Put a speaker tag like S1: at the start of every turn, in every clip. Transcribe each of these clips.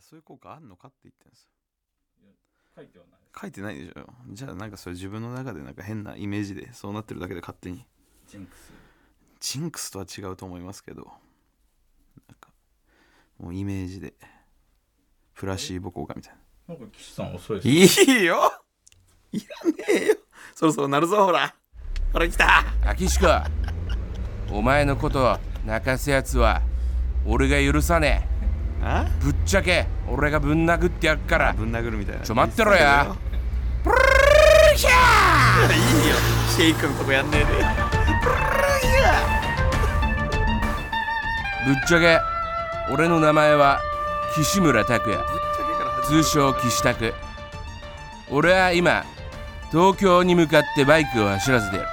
S1: そういう効果あんのかって言ってるんですよ
S2: 書いてはない
S1: 書いてないでしょじゃあなんかそれ自分の中でなんか変なイメージでそうなってるだけで勝手に
S2: ジンクス
S1: ジンクスとは違うと思いますけどなんかもうイメージでプラシーボ効果みたいな
S2: なんか岸さん遅いです
S1: いいよいらねえよそろそろなるぞほらほら来た
S3: 秋志かお前のこと泣かすやつは俺が許さね
S1: あ
S3: えぶっちゃけ俺がぶん殴ってやるから
S1: ぶん殴るみたいな
S3: ちょ待ってろや
S1: いいよシェイクのとこやんねえで
S3: ぶっちゃけ俺の名前は岸村拓也通称岸拓俺は今東京に向かってバイクを走らせている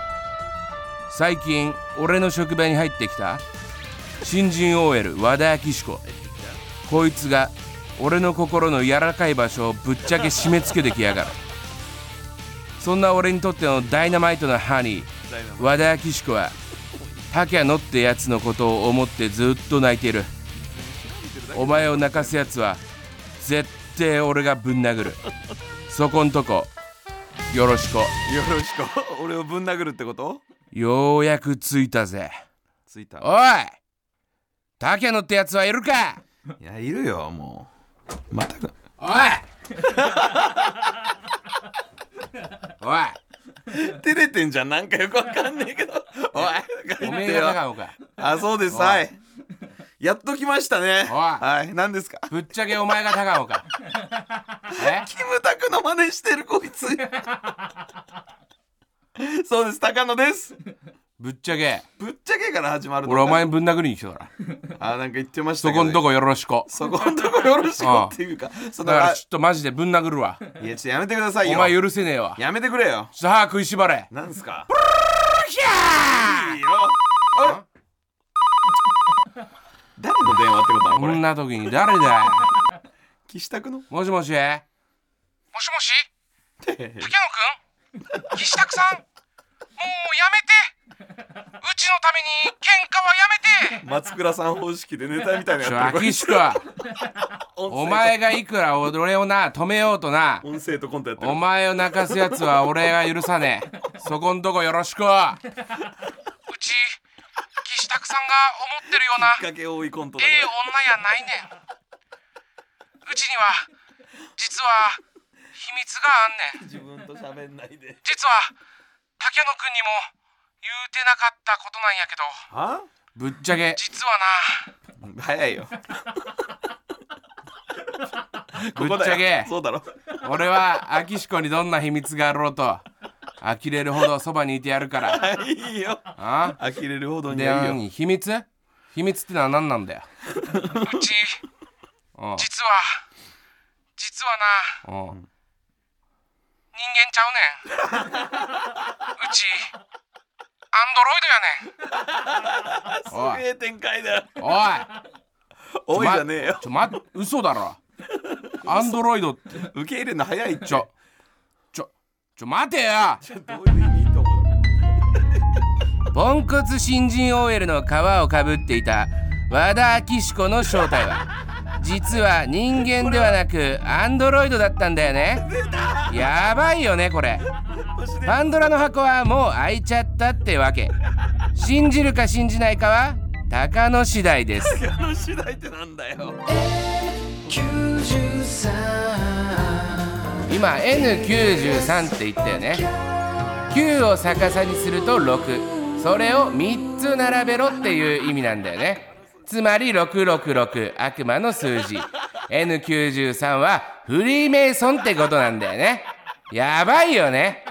S3: 最近俺の職場に入ってきた新人 OL 和田明子こいつが俺の心の柔らかい場所をぶっちゃけ締め付けてきやがるそんな俺にとってのダイナマイトなハニー和田明子は竹野ってやつのことを思ってずっと泣いているお前を泣かすやつは絶対俺がぶん殴るそこんとこよろしく
S1: よろしく 俺をぶん殴るってこと
S3: ようやく着いたぜ
S1: ついた
S3: おい竹野ってやつはいるか
S1: いやいるよもうまたか
S3: おいおい
S1: 照れてんじゃんなんかよくわかんねえ けどおい
S3: おめえが長尾か
S1: あそうですはいやっと来ましたね
S3: おい
S1: はい何ですか
S3: ぶっちゃけお前が高尾かえ
S1: キムタクの真似してるこいつ そうです高野です
S3: ぶっちゃけ
S1: ぶっちゃけから始まるの
S3: 俺お前ぶん殴りに来たから
S1: あなんか言ってました
S3: そ
S1: けど
S3: こんとこよろしく
S1: そこんとこよろしく
S3: ああ
S1: っていうかそ
S3: だ
S1: の
S3: から
S1: あ
S3: ちょっとマジでぶん殴るわ
S1: いやちょっとやめてください
S3: お
S1: よ
S3: 前許せねえわ
S1: やめてくれよ
S3: さあ食いしばれ
S1: なんすか
S3: キャー
S1: いいよあ誰の電話ってことなのこ
S3: こん
S1: れ
S3: な時に誰だよ
S1: 岸田君の
S3: もしもしもしもし竹野 くん岸拓さんもうやめてうちのために喧嘩はやめて
S1: 松倉さん方式でネタみたいなの
S3: ち
S1: や
S3: ょ
S1: ってるこ
S3: 秋
S1: れ
S3: 志か
S1: 音声
S3: お前がいくら俺をな止めようとな
S1: 音声とコントやってる
S3: お前を泣かすやつは俺が許さねえそこんとこよろしくうち岸拓さんが思ってるような
S1: きっかけ多いコントだ
S3: え
S1: こ
S3: え女やないねんうちには実は秘密があんね
S1: れ
S3: ん
S1: 自分と喋んないで
S3: 実は竹野くんにも言うてなかったことなんやけど
S1: は
S3: ぶっちゃけ実はな
S1: 早いよ
S3: ぶっちゃけ
S1: そうだろ
S3: 俺は秋子にどんな秘密があろうと呆れるほどそばにいてやるから
S1: いいよ
S3: あ
S1: 呆れるほどに
S3: で
S1: はいいよ
S3: 何秘密秘密ってのは何なんだよ
S4: うち
S3: うん
S4: 実は実はな
S3: うん
S4: 人間ちゃうねんうちアンドロイドやねん
S3: お
S1: す
S3: い
S1: げえ展開だよ
S3: おい
S1: 多いじゃねえよ
S3: ちょま嘘だろアンドロイドって
S1: 受け入れるの早いっ
S3: ち
S1: ちょ
S3: ょちょちょ待てよ
S1: どういう意味と思う
S3: ポンコツ新人 OL の皮をかぶっていた和田明子の正体は実は人間ではなくアンドロイドだったんだよねやばいよねこれパンドラの箱はもう開いちゃったってわけ信じるか信じないかは鷹の次第です
S1: あの次第ってなんだよ
S3: 今 N93 って言ったよね9を逆さにすると6それを3つ並べろっていう意味なんだよねつまり666悪魔の数字 N93 はフリーメイソンってことなんだよねやばいよね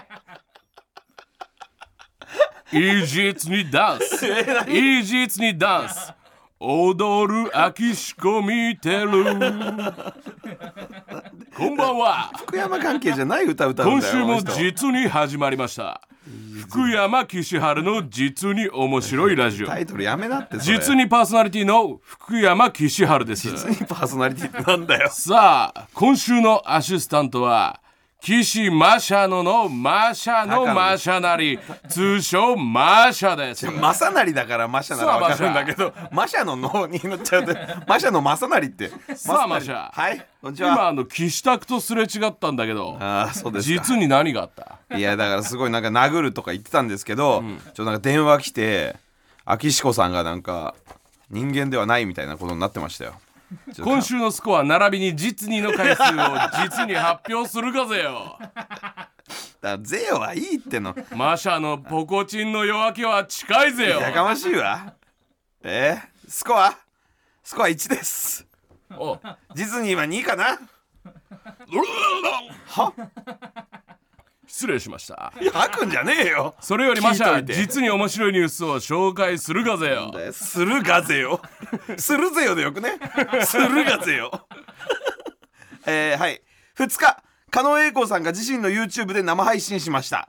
S3: イジーツにダンスイジーツにダンス踊る秋しこ見てるこんばんは
S1: 福山関係じゃない歌歌うん
S3: 今
S1: だよ
S3: 週
S1: この
S3: も
S1: 人
S3: 実に始まりました福山岸春の実に面白いラジオ
S1: タイトルやめなってそれ
S3: 実にパーソナリティの福山岸春です
S1: 実にパーソナリティってなんだよ
S3: さあ今週のアシスタントは岸マシャノのマシャのマシャなり通称マシャです
S1: マサナリだからマシャならわかるんだけどマシャの脳に乗っちゃうとマシャのマサナリって
S3: さ
S1: マサナ
S3: あ
S1: リ
S3: マシャ
S1: はいこんにち
S3: 今
S1: は
S3: あの岸拓とすれ違ったんだけど
S1: ああそうですか
S3: 実に何があった
S1: いやだからすごいなんか殴るとか言ってたんですけど、ちょっとなんか電話来てアキシコさんがなんか人間ではないみたいなことになってましたよちょっと
S3: 今週のスコア並びに実にの回数を実に発表するかぜよ
S1: だからゼヨはいいっての
S3: マシャのポコチンの夜明けは近いぜよ
S1: やかましいわえー、スコアスコア1です
S3: お
S1: 実に今2か な
S3: 失礼しました
S1: 吐くんじゃねえよ
S3: それよりマシャ
S1: 聞いといて
S3: 実に面白いニュースを紹介するかぜよ
S1: するがぜよ。するぜよでよくね。するがぜよ。えー、はい。2日、加納栄光さんが自身の YouTube で生配信しました。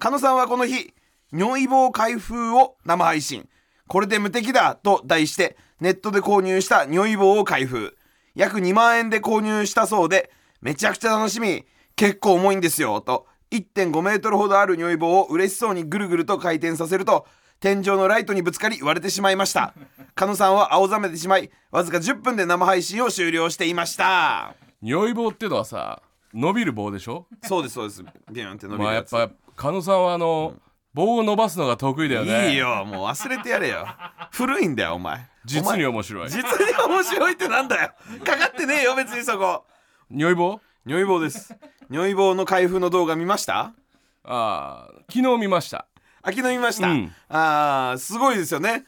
S1: 加納さんはこの日、尿意棒開封を生配信。これで無敵だと題して、ネットで購入した尿意棒を開封。約2万円で購入したそうで、めちゃくちゃ楽しみ。結構重いんですよ。と、1.5メートルほどある尿意棒を嬉しそうにぐるぐると回転させると、天井のライトにぶつかり割れてしまいました。加野さんは青ざめてしまい、わずか10分で生配信を終了していました。
S3: 尿意棒ってのはさ伸びる棒でしょ
S1: そうです、そうです。ビューンって伸びる
S3: まあや
S1: や
S3: っ
S1: つ。
S3: ぱ狩野さんはあの、棒を伸ばすのが得意だよね
S1: いいよ、もう忘れてやれよ。古いんだよ、お前。
S3: 実に
S1: お前
S3: 面白い
S1: 実に面白いってなんだよ。かかってねえよ、別にそこ。
S3: 尿意棒
S1: 尿意棒です。尿意棒の開封の動画見ました
S3: ああ昨日見ました
S1: 秋の見ました。
S3: うん
S1: ああ、すごいですよね。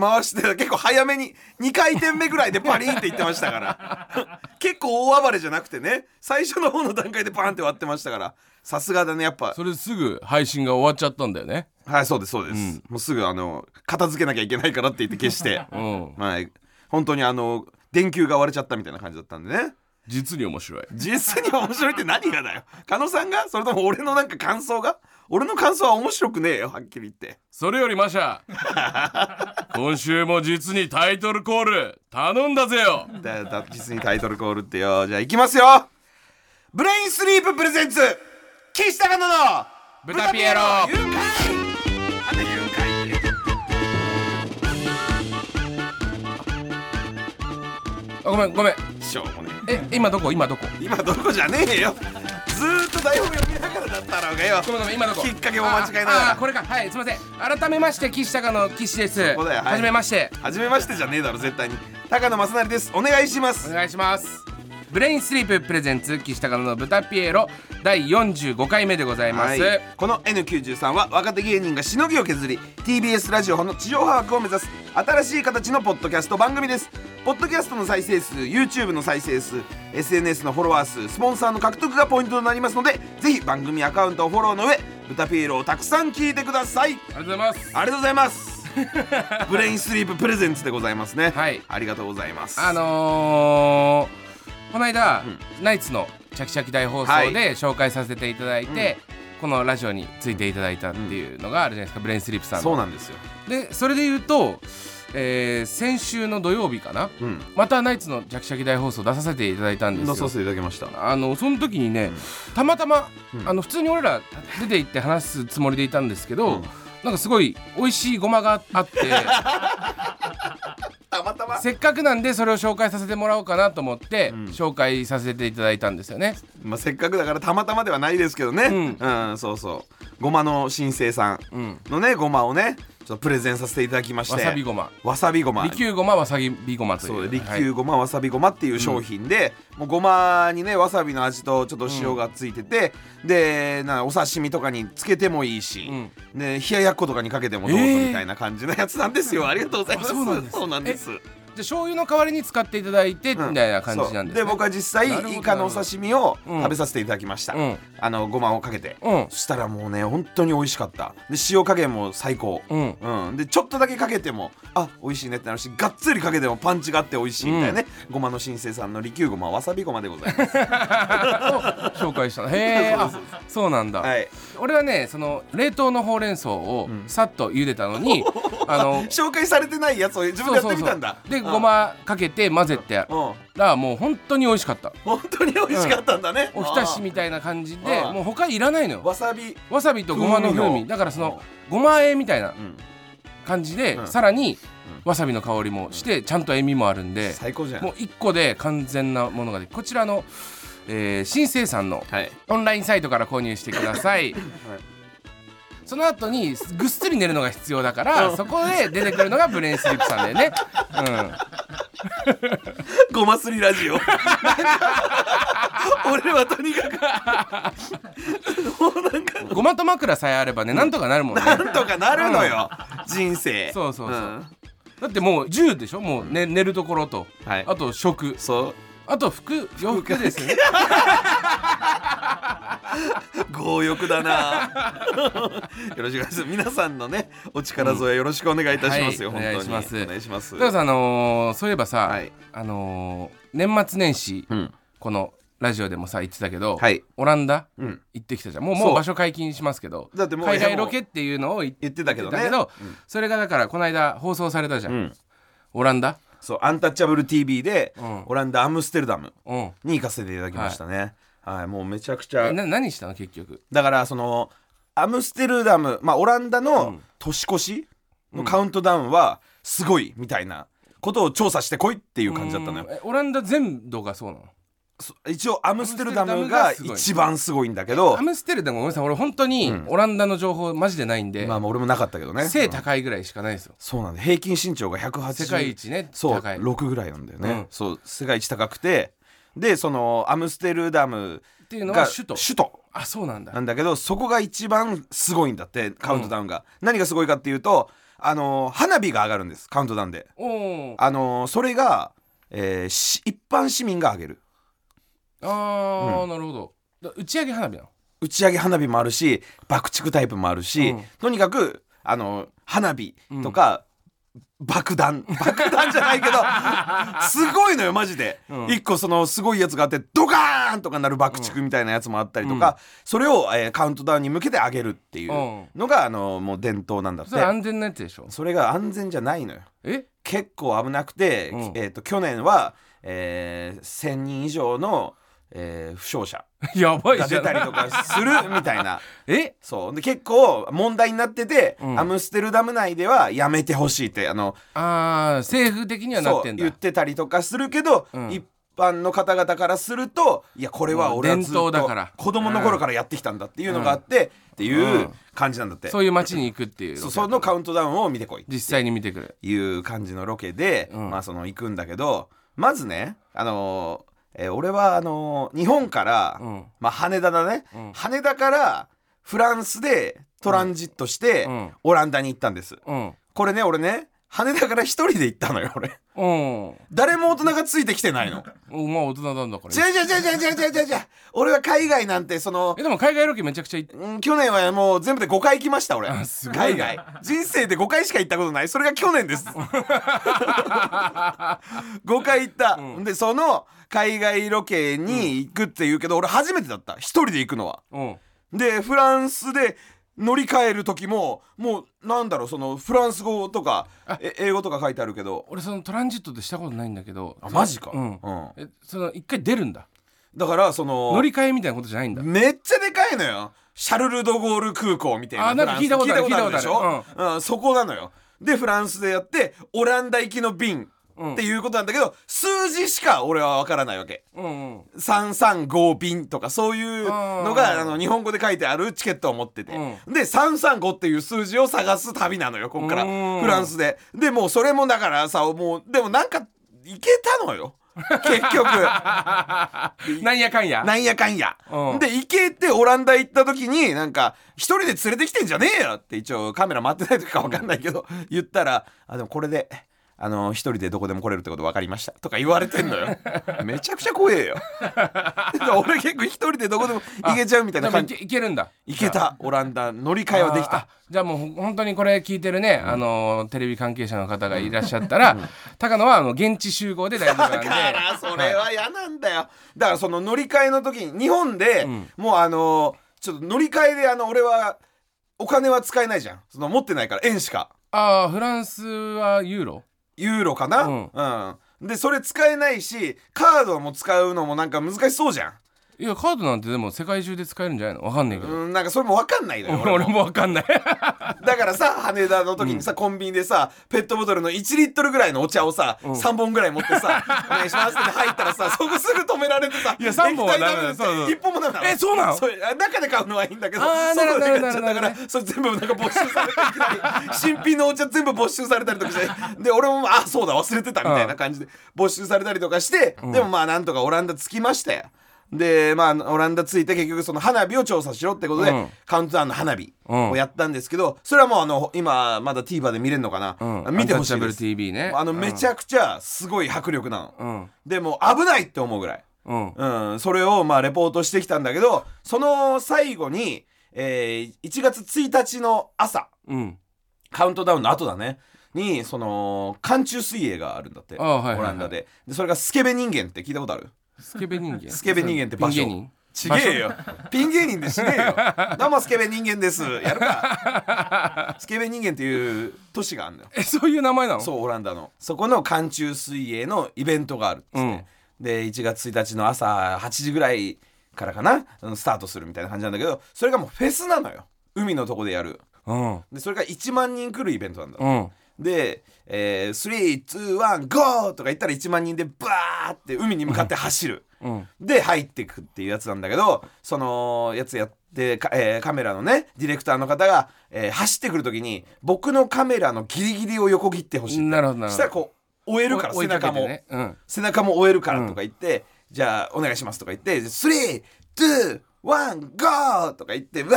S1: 回して結構早めに2回転目ぐらいでパリンっていってましたから結構大暴れじゃなくてね最初の方の段階でパンって割ってましたからさすがだねやっぱ
S3: それですぐ配信が終わっちゃったんだよね
S1: はいそうですそうです、もうすぐあの片付けなきゃいけないからって言って消して、
S3: うん
S1: はい本当にあの電球が割れちゃったみたいな感じだったんでね
S3: 実に面白い
S1: 実に面白いって何がだよ狩野さんがそれとも俺のなんか感想が俺の感想は面白くねえよはっきり言って
S3: それよりマ シャ今週も実にタイトルコール頼んだぜよ
S1: だだ実にタイトルコールってよじゃあ行きますよブレインスリーププレゼンツ岸高野の
S3: 豚ピエロ
S1: 豚ピエロ誘拐なんで誘拐って
S3: あごめんごめん
S1: しょうもねえ
S3: え今どこ今どこ
S1: 今どこじゃねえよずーっと台本読みながらだったろうがよ
S3: ごめんごめん今どこ
S1: きっかけも間違えなが
S3: あ
S1: ら
S3: あこれかはいすいません改めまして岸高の岸です
S1: こだよはい
S3: じめまして
S1: 初めましてじゃねえだろ絶対に高野正成ですお願いしま
S3: お
S1: す
S3: 願いしますブレインスリーププレゼンツ岸高野の豚ピエロ第45回目でございます、
S1: はいこの N93 は若手芸人がしのぎを削り TBS ラジオの地上把握を目指す新しい形のポッドキャスト番組ですポッドキャストの再生数 YouTube の再生数 SNS のフォロワー数スポンサーの獲得がポイントとなりますのでぜひ番組アカウントをフォローの上豚ピエロをたくさん聞いてください
S3: ありがとうございます
S1: ありがとうございますブレインスリーププレゼンツでございますね
S3: はい
S1: ありがとうございます
S3: あのー、この間、ナイツのチャキチャキ大放送
S1: はい
S3: で紹介させていただいて、このラジオについていただいたっていうのがあるじゃないですか、ブレインスリープさん
S1: そう
S3: の
S1: なんですよ
S3: でそれで言うと、えー先週の土曜日かな、
S1: うん
S3: またナイツのチャキチャキ大放送出させていただいたんです
S1: 出
S3: よ
S1: させていただきました
S3: あのその時にね、たまたま、あの普通に俺ら出て行って話すつもりでいたんですけど、
S1: うん
S3: なんかすごい美味しいごまがあって
S1: たまたま
S3: せっかくなんでそれを紹介させてもらおうかなと思って、紹介させていただいたんですよね。
S1: まあ、せっかくだからたまたまではないですけどね、うんそうそうごまの新生さんのねごまをねちょっとプレゼンさせていただきまして
S3: わさびごま
S1: わさびごま
S3: 利休ごまわさびごまとい
S1: そう
S3: う
S1: 利
S3: はい
S1: 休ごまわさびごまっていう商品で、もうごまにねわさびの味とちょっと塩がついてて、でなお刺身とかにつけてもいいし、ね、冷ややっことかにかけてもどうぞ
S3: えー
S1: みたいな感じのやつなんですよ、ありがとうございます
S3: あそうなんです
S1: そうなんです
S3: で醤油の代わりに使っていただいて、みたいな感じなんです、ね
S1: そう僕は実
S3: なるほ
S1: 際
S3: ど
S1: イカのお刺身を
S3: うん
S1: 食べさせていただきました、
S3: うん
S1: あのごまをかけて、
S3: うん
S1: そしたらもうね本当に美味しかったで塩加減も最高、
S3: うん
S1: でちょっとだけかけてもあ美味しいねってなるしがっつりかけてもパンチがあって美味しいみたいなね、ごまの新生さんの利休ごまわさびごまでございます
S3: 紹介したのへえあそうなんだ、
S1: はい
S3: 俺はねその冷凍のほうれん草をさっと茹でたのに、あの
S1: 紹介されてないやつを自分でやってみたんだ
S3: そうそうそうでごまかけて混ぜてだか
S1: うん
S3: らもう本当に美味しかった
S1: 本当に美味しかったんだね、
S3: おひたしみたいな感じで
S1: ああ
S3: もう他いらないの
S1: あー
S3: よ
S1: わさび、
S3: わさびとごまの風
S1: 風味
S3: 味
S1: の
S3: だからそのごまあえみたいな感じで、
S1: うん
S3: さらにわさびの香りもしてちゃんと塩味もあるんで、
S1: 最高じゃん
S3: もう1個で完全なものができるこちらの、えー、新生さんの
S1: はい
S3: オンラインサイトから購入してくださ い、その後にぐっすり寝るのが必要だからそこで出てくるのがブレインスリップさんだよね、
S1: ごますりラ ジオなんか俺はとにかく
S3: うん、ごまと枕さえあればねなんとかなるもんね
S1: なんとかなるのよ、人生
S3: そうそうそうんだってもう10でしょもう、ね、寝るところと、
S1: はい
S3: あと食
S1: そう
S3: あと服洋服ですよ ね
S1: 強欲だな よろしくお願いします皆さんのねお力添えよろしくお願いいたしますよ、
S3: うん
S1: 本
S3: はい
S1: 当に
S3: お願いします
S1: お願いします
S3: だからさあのーそういえばさ、
S1: はい
S3: あのー年末年始、
S1: うん
S3: このラジオでもさ言ってたけど、
S1: はい
S3: オランダ、
S1: うん
S3: 行ってきたじゃんもうも
S1: そうう
S3: 場所解禁しますけど
S1: だってもう
S3: 海外ロケっていうのを言っ
S1: 言ってたけどね
S3: だけど、それがだからこの間放送されたじゃん、
S1: うん
S3: オランダ
S1: そうアンタッチャブル TV で、
S3: うん
S1: オランダアムステルダム
S3: うん
S1: に行かせていただきましたねはい、もうめちゃくちゃ
S3: えな何したの結局
S1: だからそのアムステルダム、まあ、オランダの年越しのカウントダウンはすごいみたいなことを調査してこいっていう感じだったのよ
S3: うんえオランダ全土がそうなの
S1: そ一応アムステルダム
S3: アム
S1: が
S3: ステルダムがすご
S1: 一
S3: い
S1: 番すごいんだけど
S3: アムステルダムごめんなさい俺本当にオランダの情報マジでないんで、
S1: まあまあ俺もなかったけどね
S3: 背高いぐらいしかないですよ
S1: そうなんだ平均身長が180
S3: 世界一ね
S1: そう
S3: 高い
S1: 6ぐらいなんだよね、
S3: うん
S1: そう世界一高くてでそのアムステルダム
S3: っていうの
S1: が
S3: は首都
S1: 首都
S3: あそうなんだ
S1: なんだけどそこが一番すごいんだってカウントダウンが、何がすごいかっていうとあの花火が上がるんですカウントダウンで
S3: おお
S1: あのーそれが、えーし一般市民が上げる
S3: あー、なるほどだ打ち上げ花火なの
S1: 打ち上げ花火もあるし爆竹タイプもあるし、
S3: うん
S1: とにかく、あのー花火とか、爆 弾爆弾じゃないけどすごいのよマジで、
S3: うん
S1: 一個そのすごいやつがあってドカーンとかなる爆竹みたいなやつもあったりとか、それを、えーカウントダウンに向けて上げるっていうのが、あのーもう伝統なんだって
S3: それ安全なやつでしょ
S1: それが安全じゃないのよ
S3: え
S1: 結構危なくて、
S3: うん
S1: えー、と去年は、えー1,000人以上の、えー負傷者
S3: やばい
S1: が
S3: じゃ
S1: 出
S3: ん
S1: たりとかするみたいな
S3: え
S1: そうで結構問題になってて、
S3: うん
S1: アムステルダム内ではやめてほしいってあの
S3: ああ政府的にはな
S1: そ
S3: っ
S1: う
S3: てんだ
S1: 言ってたりとかするけど、
S3: うん
S1: 一般の方々からするといやこれは俺はずっ
S3: もう伝
S1: と
S3: 統だから
S1: 子供の頃からやってきたんだっていうのがあって、っていう感じなんだって、
S3: そういう街に行くっていう
S1: そうそのカウントダウンを見てこい
S3: 実際に見てくる
S1: いう感じのロケで、
S3: うん
S1: まあその行くんだけどまずねあのーえー俺はあのー日本から、
S3: うん
S1: まあ羽田だね、
S3: うん
S1: 羽田からフランスでトランジットして、
S3: うん
S1: オランダに行ったんです
S3: うん
S1: これね俺ね羽田から一人で行ったのよ俺
S3: うん
S1: 誰も大人がついてきてない の
S3: うんまあ大人なんだから
S1: 違う違う違う違う違う違う違う俺は海外なんてその
S3: えでも海外ロケめちゃくちゃ行って
S1: うん去年はもう全部で5回行きました俺
S3: あすごい
S1: 海外人生で5回しか行ったことないそれが去年 です5回行った、
S3: うん
S1: でその海外ロケに行くって言うけど、俺初めてだった一人で行くのは
S3: うん
S1: でフランスで乗り換える時ももうなんだろうそのフランス語とかえ英語とか書いてあるけど
S3: 俺そのトランジットってしたことないんだけど
S1: あマジか、
S3: うんえその一回出るんだ
S1: だからその
S3: 乗り換えみたいなことじゃないんだ
S1: めっちゃでかいのよシャルル・ド・ゴール空港みたいな
S3: あなんか聞いたことある
S1: フランス
S3: 聞いたことある
S1: でしょ、うんそこなのよでフランスでやってオランダ行きの便
S3: うん
S1: っていうことなんだけど、数字しか俺は分からないわけ
S3: うんうん
S1: 335便とかそういうの
S3: あー
S1: があの日本語で書いてあるチケットを持ってて、
S3: う
S1: で335っていう数字を探す旅なのよこっから
S3: うん
S1: フランスででもうそれもだからさもうでもなんか行けたのよ結局
S3: なんやかんや
S1: なんやかんや。
S3: うん
S1: で、行けてオランダ行った時に、なんか、一人で連れてきてんじゃねえよって一応カメラ回ってない時かわかんないけど、言ったら、あ、でもこれで、あの、一人でどこでも来れるってこと分かりました。とか言われてんの よ。めちゃくちゃ怖えよ。俺結構一人でどこでも行けちゃうみたい
S3: で
S1: な
S3: も
S1: 感
S3: い
S1: じ
S3: け。いけるんだ
S1: 行けた、オランダ、乗り換えはでき
S3: あーあ
S1: た。
S3: じゃあもうほ本当にこれ聞いてるね、あのテレビ関係者の方がいらっしゃったら、高野はあの現地集合で大丈夫なん
S1: だ
S3: で
S1: からそれは嫌なんだよだからその乗り換えの時に日本で、もうあのちょっと乗り換えであの俺はお金は使えないじゃんその持ってないから円しか
S3: ああフランスはユーロ
S1: ユーロかな
S3: う
S1: うん、でそれ使えないしカードも使うのもなんか難しそうじゃん
S3: いやカードなんてでも世界中で使えるんじゃないのわかんないけど、
S1: うん、なんかそれも分かんないのよ俺
S3: 俺
S1: も
S3: もわかんない
S1: だからさ羽田の時にさ、コンビニでさペットボトルの1リットルぐらいのお茶をさ、3本ぐらい持ってさ「お願いします」って入ったら さそこすぐ止められてさ
S3: いや三本はダメだよ
S1: 液体
S3: そうそう
S1: 1本もダメなの
S3: えそうなの
S1: れあ中で買うのはいいんだけど
S3: あーなるほど
S1: 外で買っちゃう
S3: な
S1: だか
S3: るほどなる
S1: らそれ全部なんか没収されていき なり新品のお茶全部没収されたりとかしてで俺もあそうだ忘れてたみたいな感じで没収されたりとかして、でもまあなんとかオランダ着きましたよでまあオランダ着いて結局その花火を調査しろってことで、
S3: うん
S1: カウントダウンの花火
S3: うん
S1: をやったんですけど、それはもうあの今まだ TVer で見れるのかな、
S3: うん
S1: 見てほしいです
S3: TV ね
S1: あのめちゃくちゃすごい迫力なの、
S3: うん
S1: でもう危ないって思うぐらい、
S3: うん
S1: うん、それをまあレポートしてきたんだけどその最後に、えー1月1日の朝
S3: うん
S1: カウントダウンの後だねにその寒中水泳があるんだって
S3: ああはいはいはい
S1: オランダででそれがスケベ人間って聞いたことある
S3: スケベ人間
S1: スケベ人間って場所
S3: ピン芸人
S1: ちげえよ。ピン芸人でしねえよ。どうもスケベ人間です。やるか。 スケベ人間っていう都市があるのよ。
S3: えそういう名前なの
S1: そう、オランダの。そこの寒中水泳のイベントがあるっつって、
S3: うん
S1: で、1月1日の朝8時ぐらいからかな、うんスタートするみたいな感じなんだけど、それがもうフェスなのよ。海のとこでやる。
S3: うん
S1: で、それが1万人来るイベントなんだって。
S3: うん
S1: で、えー、321ゴーとか言ったら1万人でバーって海に向かって走る、
S3: うん
S1: で入ってくっていうやつなんだけどそのやつやってか、えーカメラのねディレクターの方が、えー走ってくる時に僕のカメラのギリギリを横切ってほしい
S3: なるほどなるほど
S1: したらこう追えるから
S3: 追
S1: 背
S3: いかけ
S1: 中も、
S3: てねうん
S1: 背中も追えるからとか言って、じゃあお願いしますとか言って321ゴーとか言ってわ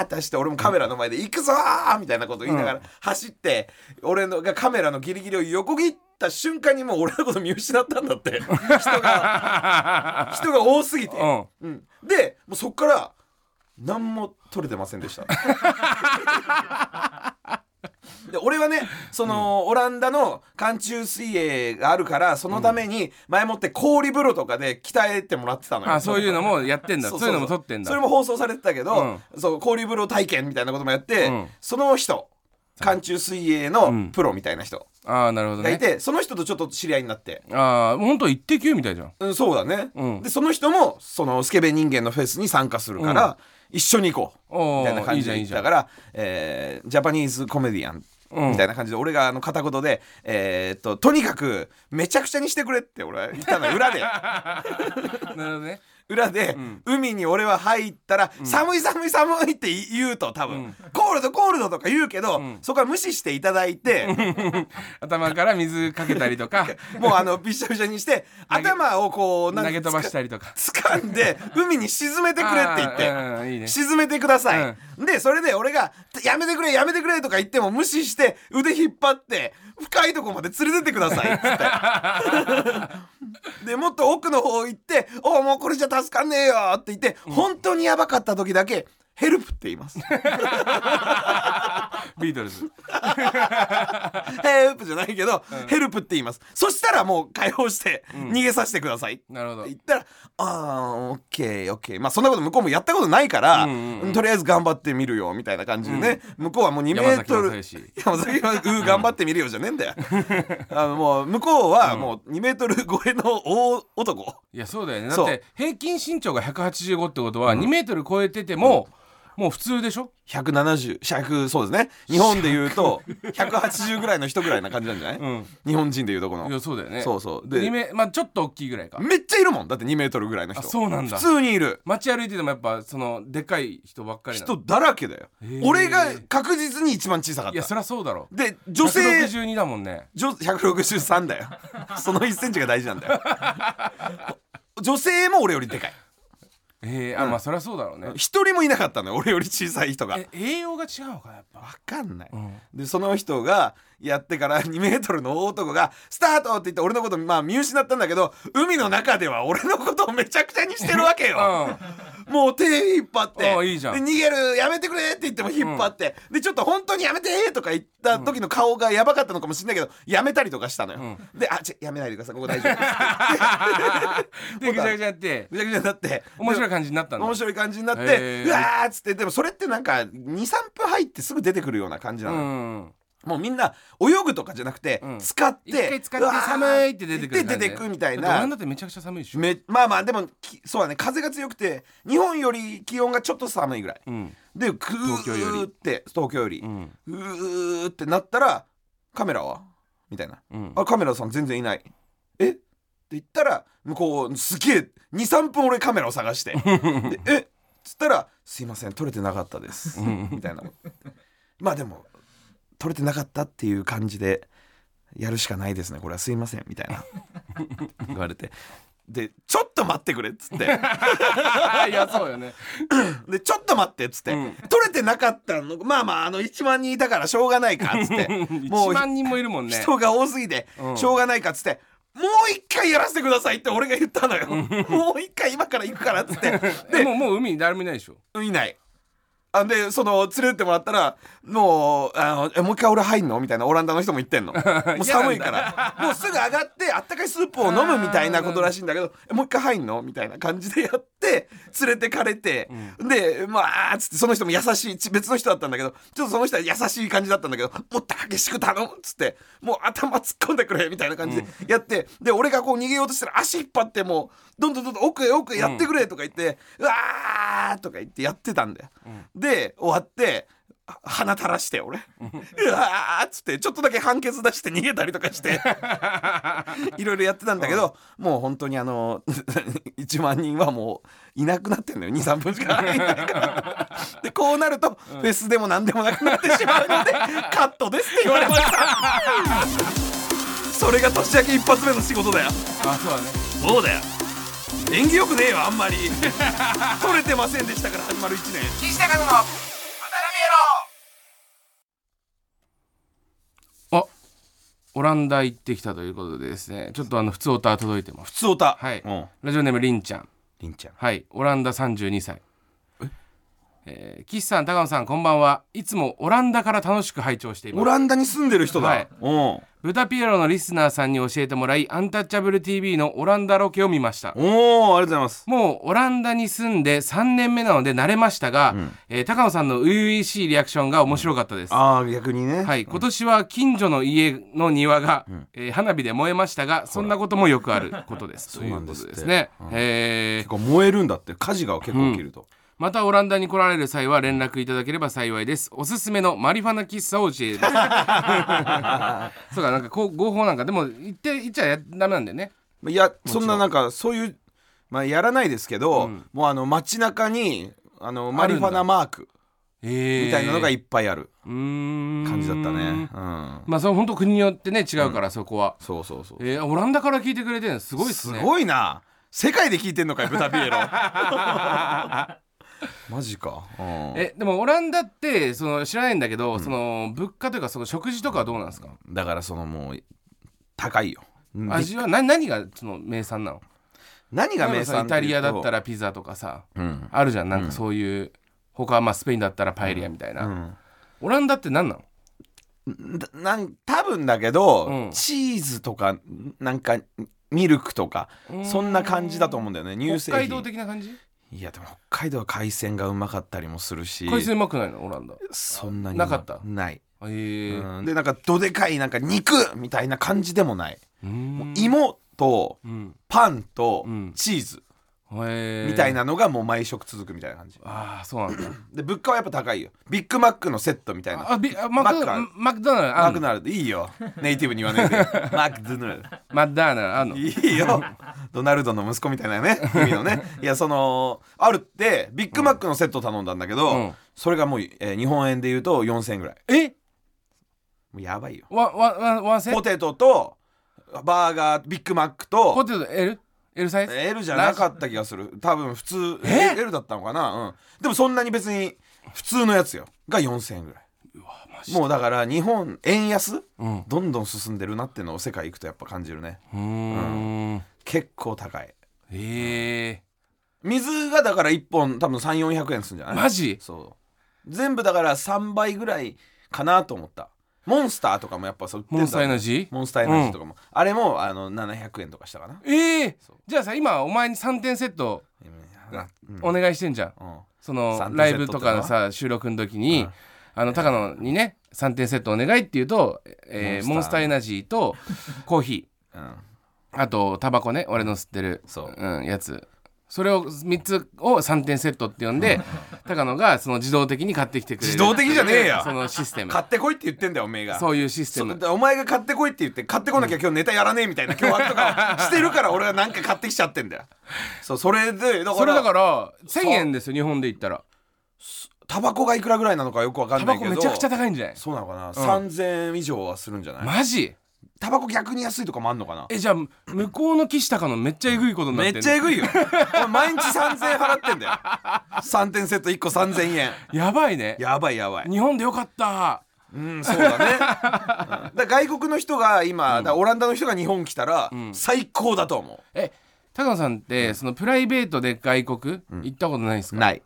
S1: ーって走って俺もカメラの前で行くぞーみたいなこと言いながら走って、俺のがカメラのギリギリを横切った瞬間にもう俺のこと見失ったんだって 人が人が多すぎて、
S3: うん
S1: うんでもうそっから何も撮れてませんで したで俺はねその、オランダの寒中水泳があるからそのために前もって氷風呂とかで鍛えてもらってたのよ
S3: あそういうのもやってんだ
S1: そ
S3: そうういうのも撮ってんだ
S1: それも放送されてたけど、
S3: う
S1: そう氷風呂体験みたいなこともやって、
S3: うん
S1: その人寒中水泳のプロみたいな人
S3: ああなるほど
S1: がい
S3: ね
S1: て、その人とちょっと知り合いになって、
S3: ああもうほんと一滴球みたいじゃん
S1: うん、そうだね、
S3: うん
S1: でその人もそのスケベ人間のフェスに参加するから、一緒に行こう
S3: おー
S1: みたいな感じで
S3: いい
S1: 言っ
S3: じゃ
S1: た
S3: ん
S1: からえージャパニーズコメディアン
S3: うん
S1: みたいな感じで俺があの片言で、えーっととにかくめちゃくちゃにしてくれって俺は言ったのよ 裏で
S3: なるほどね
S1: 裏で、海に俺は入ったら、寒い寒い寒いって言うと多分、コールドコールドとか言うけど、そこは無視していただいて、
S3: 頭から水かけたり とか
S1: もうあのびしゃびしゃに して頭をこうなん
S3: 投
S1: か
S3: げ飛ばしたりとか
S1: 掴んで海に沈めてくれって言って、
S3: あーうんいいね
S1: 沈めてください、でそれで俺が「やめてくれやめてくれ」とか言っても無視して腕引っ張って深いとこまで連れてってくださいっつ ってでもっと奥の方行って「おうもうこれじゃ助かんねえよ」って言って、本当にやばかった時だけ「ヘルプ」って言います 「
S3: ビートルズ
S1: ヘルプ」じゃないけど「ヘルプ」って言いますそしたらもう解放して逃げさせてください、
S3: なるほど
S1: 言ったら「あーオッケーオッケー」まあそんなこと向こうもやったことないから、
S3: うんうんう
S1: とりあえず頑張ってみるよみたいな感じでね、向こうはもう2メ
S3: 山
S1: ー
S3: 崎
S1: ト
S3: 正
S1: ル
S3: 義
S1: 山崎は「うー頑張ってみるよ」じゃねえんだよあのもう向こうはもう2メートル超えの大男
S3: いやそうだよねだ
S1: そ
S3: っ
S1: う
S3: て平均身長が185ってことは2メートル超えてても、もう普通でしょ
S1: 170100そうですね日本で言うと180ぐらいの人ぐらいな感じなんじゃない、
S3: ん
S1: 日本人でいうとこの
S3: いやそうだよね
S1: そうそう
S3: で
S1: で
S3: メまあちょっと大きいぐらいか
S1: めっちゃいるもんだって2メートルぐらいの人
S3: あそうなんだ
S1: 普通にいる
S3: 街歩いててもやっぱそのでかい人ばっかりなの
S1: 人だらけだよ
S3: ー
S1: 俺が確実に一番小さかっ
S3: いや
S1: た
S3: そりゃそうだろ
S1: で女性
S3: 162だもんね
S1: 女163だよその1センチが大事なんだ よ女性も俺よりでかい
S3: ええあ、まあそりゃそうだろうね
S1: 一人もいなかったのよ俺より小さい人が
S3: え栄養が違うのかなやっぱ
S1: わかんない、でその人がやってから2メー トルの大男が「スタート!」って言って俺のことまあ見失ったんだけど海の中では俺のことをめちゃくちゃにしてるわけよ、もう手引っ張って
S3: あいいじゃん
S1: で逃げるやめてくれって言っても引っ張って、でちょっと本当にやめてとか言った時の顔がやばかったのかもしれないけどやめたりとかしたのよ、で「あちょやめないでくださいここ大丈 夫です
S3: うん でぐちゃぐちゃやって」
S1: ぐちゃぐちゃになって
S3: 面白い感じになったんだ
S1: 面白い感じになって、
S3: へー
S1: うわーっつってでもそれってなんか23分入ってすぐ出てくるような感じな
S3: う
S1: のよ、
S3: ん
S1: もうみんな泳ぐとかじゃなくて、
S3: うん
S1: 使って
S3: 一回使っ
S1: うわ
S3: て
S1: ー
S3: 寒いって出てくる
S1: で
S3: 感じ
S1: 出てくみたい
S3: だってオラ
S1: な
S3: ンダってめちゃくちゃ寒いでしょ、
S1: めまあまあでもきそうだね風が強くて日本より気温がちょっと寒いぐらい
S3: うん
S1: でク
S3: 東京より
S1: ーって東京より
S3: うん
S1: うーってなったらカメラはみ たいな
S3: うん
S1: あカメラさん全然いないえって言ったら向こうすげえ23分俺カメラを探してでえっつったら「すいません撮れてなかったです」みたいなまあでも撮れてなかったっていう感じでやるしかないですねこれはすいませんみたいな言われてで「ちょっと待ってくれ」っつって
S3: あ いやそうよね
S1: でちょっと待ってっつって、取れてなかったのまあまああの1万人いたからしょうがないかっ つっても
S3: 1
S1: う
S3: 万人もいるもんね
S1: 人が多すぎて
S3: うん
S1: しょうがないかっつって、もう一回やらせてくださいって俺が言ったのよもう一回今から行くからっつって
S3: でもうもう海に誰もいないでしょ
S1: でいないあでその連れてってもらったらもうあのえもう一回俺入んのみたいなオランダの人も言ってん のもう寒いからもうすぐ上がってあったかいスープを飲むみたいなことらしいんだけどえもう一回入んのみたいな感じでやって連れてかれて、でまあつってその人も優しいち別の人だったんだけどちょっとその人は優しい感じだったんだけどもっと激しく頼むっつってもう頭突っ込んでくれみたいな感じでやって、で俺がこう逃げようとしたら足引っ張ってもうどんどんどんどん奥へ奥へやってくれとか言って、うわーとか言ってやってたんだよ、で終わっては鼻垂らして俺うわーっつってちょっとだけ判決出して逃げたりとかして いろいろやってたんだけど、もう本当にあの 1万人はもういなくなってんのよ23分しかいないからでこうなると、フェスでも何でもなくなってしまうのでカットですって言われましたそれが年明け一発目の仕事だよ
S3: あそうだね
S1: そうだよ縁起よくねえよあんま り取れてませんでしたから始まる1年
S4: 岸田和の渡辺野
S3: あオランダ行ってきたということでですねちょっとあの普通オタ届いてます
S1: 普通おた
S3: はい
S1: うん
S3: ラジオネームりんちゃん
S1: りんちゃん
S3: はいオランダ32歳えー、岸さん高野さんこんばんはいつもオランダから楽しく拝聴しています
S1: オランダに住んでる人だ、
S3: はい
S1: うん
S3: ブタピエロのリスナーさんに教えてもらいアンタッチャブル TV のオランダロケを見ました
S1: おおありがとうございます
S3: もうオランダに住んで3年目なので慣れましたが、えー高野さんの初々しいリアクションが面白かったです、
S1: ああ逆にね、
S3: はい、今年は近所の家の庭が、えー花火で燃えましたがそんなこともよくあることです ということですね、え
S1: 結
S3: ー
S1: 構燃えるんだって火事が結構起きると、
S3: またオランダに来られる際は連絡いただければ幸いですおすすめのマリファナ喫茶を教え ますそうかなんかこう合法なんかでも行って行っちゃやダメなんだよね
S1: いやそんななんかそういうまあやらないですけど、もうあの街中にあのマリファナマーク
S3: え
S1: みたいなのがいっぱいある
S3: 感
S1: 感じだったねうん
S3: まあそれ本当国によってね違うから、そこは
S1: そうそうそう
S3: えー、オランダから聞いてくれてるのすごいっ
S1: す
S3: すね
S1: ごいな世界で聞いてんのかい豚ピ エロマジか、うん
S3: えでもオランダってその知らないんだけど、その物価というかその食事とかはどうなんですか、
S1: だからそのもう高いよで
S3: 味はな何がその名産なの
S1: 何が名
S3: なんかさ
S1: 産
S3: イタリアだった
S1: ら、
S3: らピザとかさ
S1: うん
S3: あるじゃんなんかそういう、他はまあスペインだったらパエリアみたいな、
S1: うん、
S3: オランダって何なの
S1: だなん多分だけど、
S3: うん
S1: チーズとかなんかミルクとか
S3: うん
S1: そんな感じだと思うんだよね乳製
S3: 北海道
S1: 品
S3: 的な感じ
S1: いやでも北海道は海鮮がうまかったりもするし
S3: 海鮮うまくないのオランダ
S1: そんなに
S3: なかった
S1: ない、
S3: えー
S1: うんでなんかどでかいなんか肉みたいな感じでもない、
S3: うん
S1: 芋と
S3: うん
S1: パンと
S3: うん
S1: チーズ
S3: へー
S1: みたいなのがもう毎食続くみたいな感じ
S3: ああそうなんだ
S1: で物価はやっぱ高いよビッグマックのセットみたいな
S3: あびあマ
S1: マ
S3: クド
S1: ック
S3: マクドナルドあ
S1: マ
S3: ん
S1: ク
S3: の
S1: ドナルドいいよネイティブに言わ ないでマクドナル
S3: マクドナルドあんの
S1: ドいいよドナルドの息子みたいな ね意味のねいやそのあるってビッグマックのセット頼んだんだけど、
S3: うん
S1: それがもう、えー日本円で言うと4000円ぐらい
S3: え
S1: もうやばいよ
S3: わわわワンセッ
S1: ポ
S3: ト
S1: テトとバーガービッグマックと
S3: ポテト L? L サイズ
S1: L じゃなかった気がする多分普通
S3: え
S1: L だったのかな、うん、でもそんなに別に普通のやつよが4000円ぐらいもうだから日本円安、
S3: うん
S1: どんどん進んでるなっていうのを世界行くとやっぱ感じるね
S3: うーん
S1: 結構高い
S3: え
S1: 水がだから1本多分3400円するんじゃな
S3: ー、
S1: い
S3: マジ
S1: そう全部だから3倍ぐらいかなと思ったモンスターとかもやっぱそう売ってんだ
S3: モンスターエナジー
S1: モンスターエナジーとかも、あれもあの700円とかしたかな、
S3: えー
S1: そう、
S3: じゃあさ今お前に3点セット
S1: うん
S3: お願いしてんじゃん、
S1: うん
S3: その
S1: 三点
S3: ラ
S1: セ
S3: イ
S1: ットっ
S3: ブ
S1: ての
S3: と
S1: は
S3: かのさ収録の時に、あの高野にね3点セットお願いって言うと、えーモ
S1: モ
S3: ン
S1: ン
S3: ス
S1: ス
S3: タ
S1: ター
S3: ーエナジー とコーヒ
S1: うん
S3: ーあとタバコね俺の吸ってる
S1: そう
S3: うん、やつそれを3つを3点セットって呼ん で高野がその自動的に買ってきてくれる
S1: 自動的じゃねえや
S3: そのシステム
S1: 買ってこいって言ってんだよおめえが
S3: そういうシステ
S1: そ
S3: ム
S1: お前が買ってこいって言って買ってこなきゃ今日ネタやらねえみたいな脅迫とかをしてるから俺はなんか買ってきちゃってんだよそうそれでだ
S3: そ
S1: か
S3: れだ
S1: ら
S3: から1000円ですよ日本で言ったら
S1: タバコがいくらぐらいなのかよくわか
S3: タ
S1: んな
S3: バ
S1: い
S3: コ
S1: けど
S3: めちゃくちゃ高いんじゃない
S1: そうなのかな、3000円以上はするんじゃない
S3: マジ
S1: タバコ逆に安いとかもあんのかな
S3: えじゃあ向こうの岸高野めっちゃえぐいことになっ
S1: め
S3: て
S1: っ
S3: んの
S1: ちゃえぐい よ俺毎日3000円払ってんだよ3点セット1個3000円
S3: やばいね
S1: やばいやばい
S3: 日本でよかった
S1: うんそうだね、うんだから外国の人が今、だからオランダの人が日本来たら最高だと思う、
S3: え高野さんって、そのプライベートで外国行ったことないですか、
S1: ない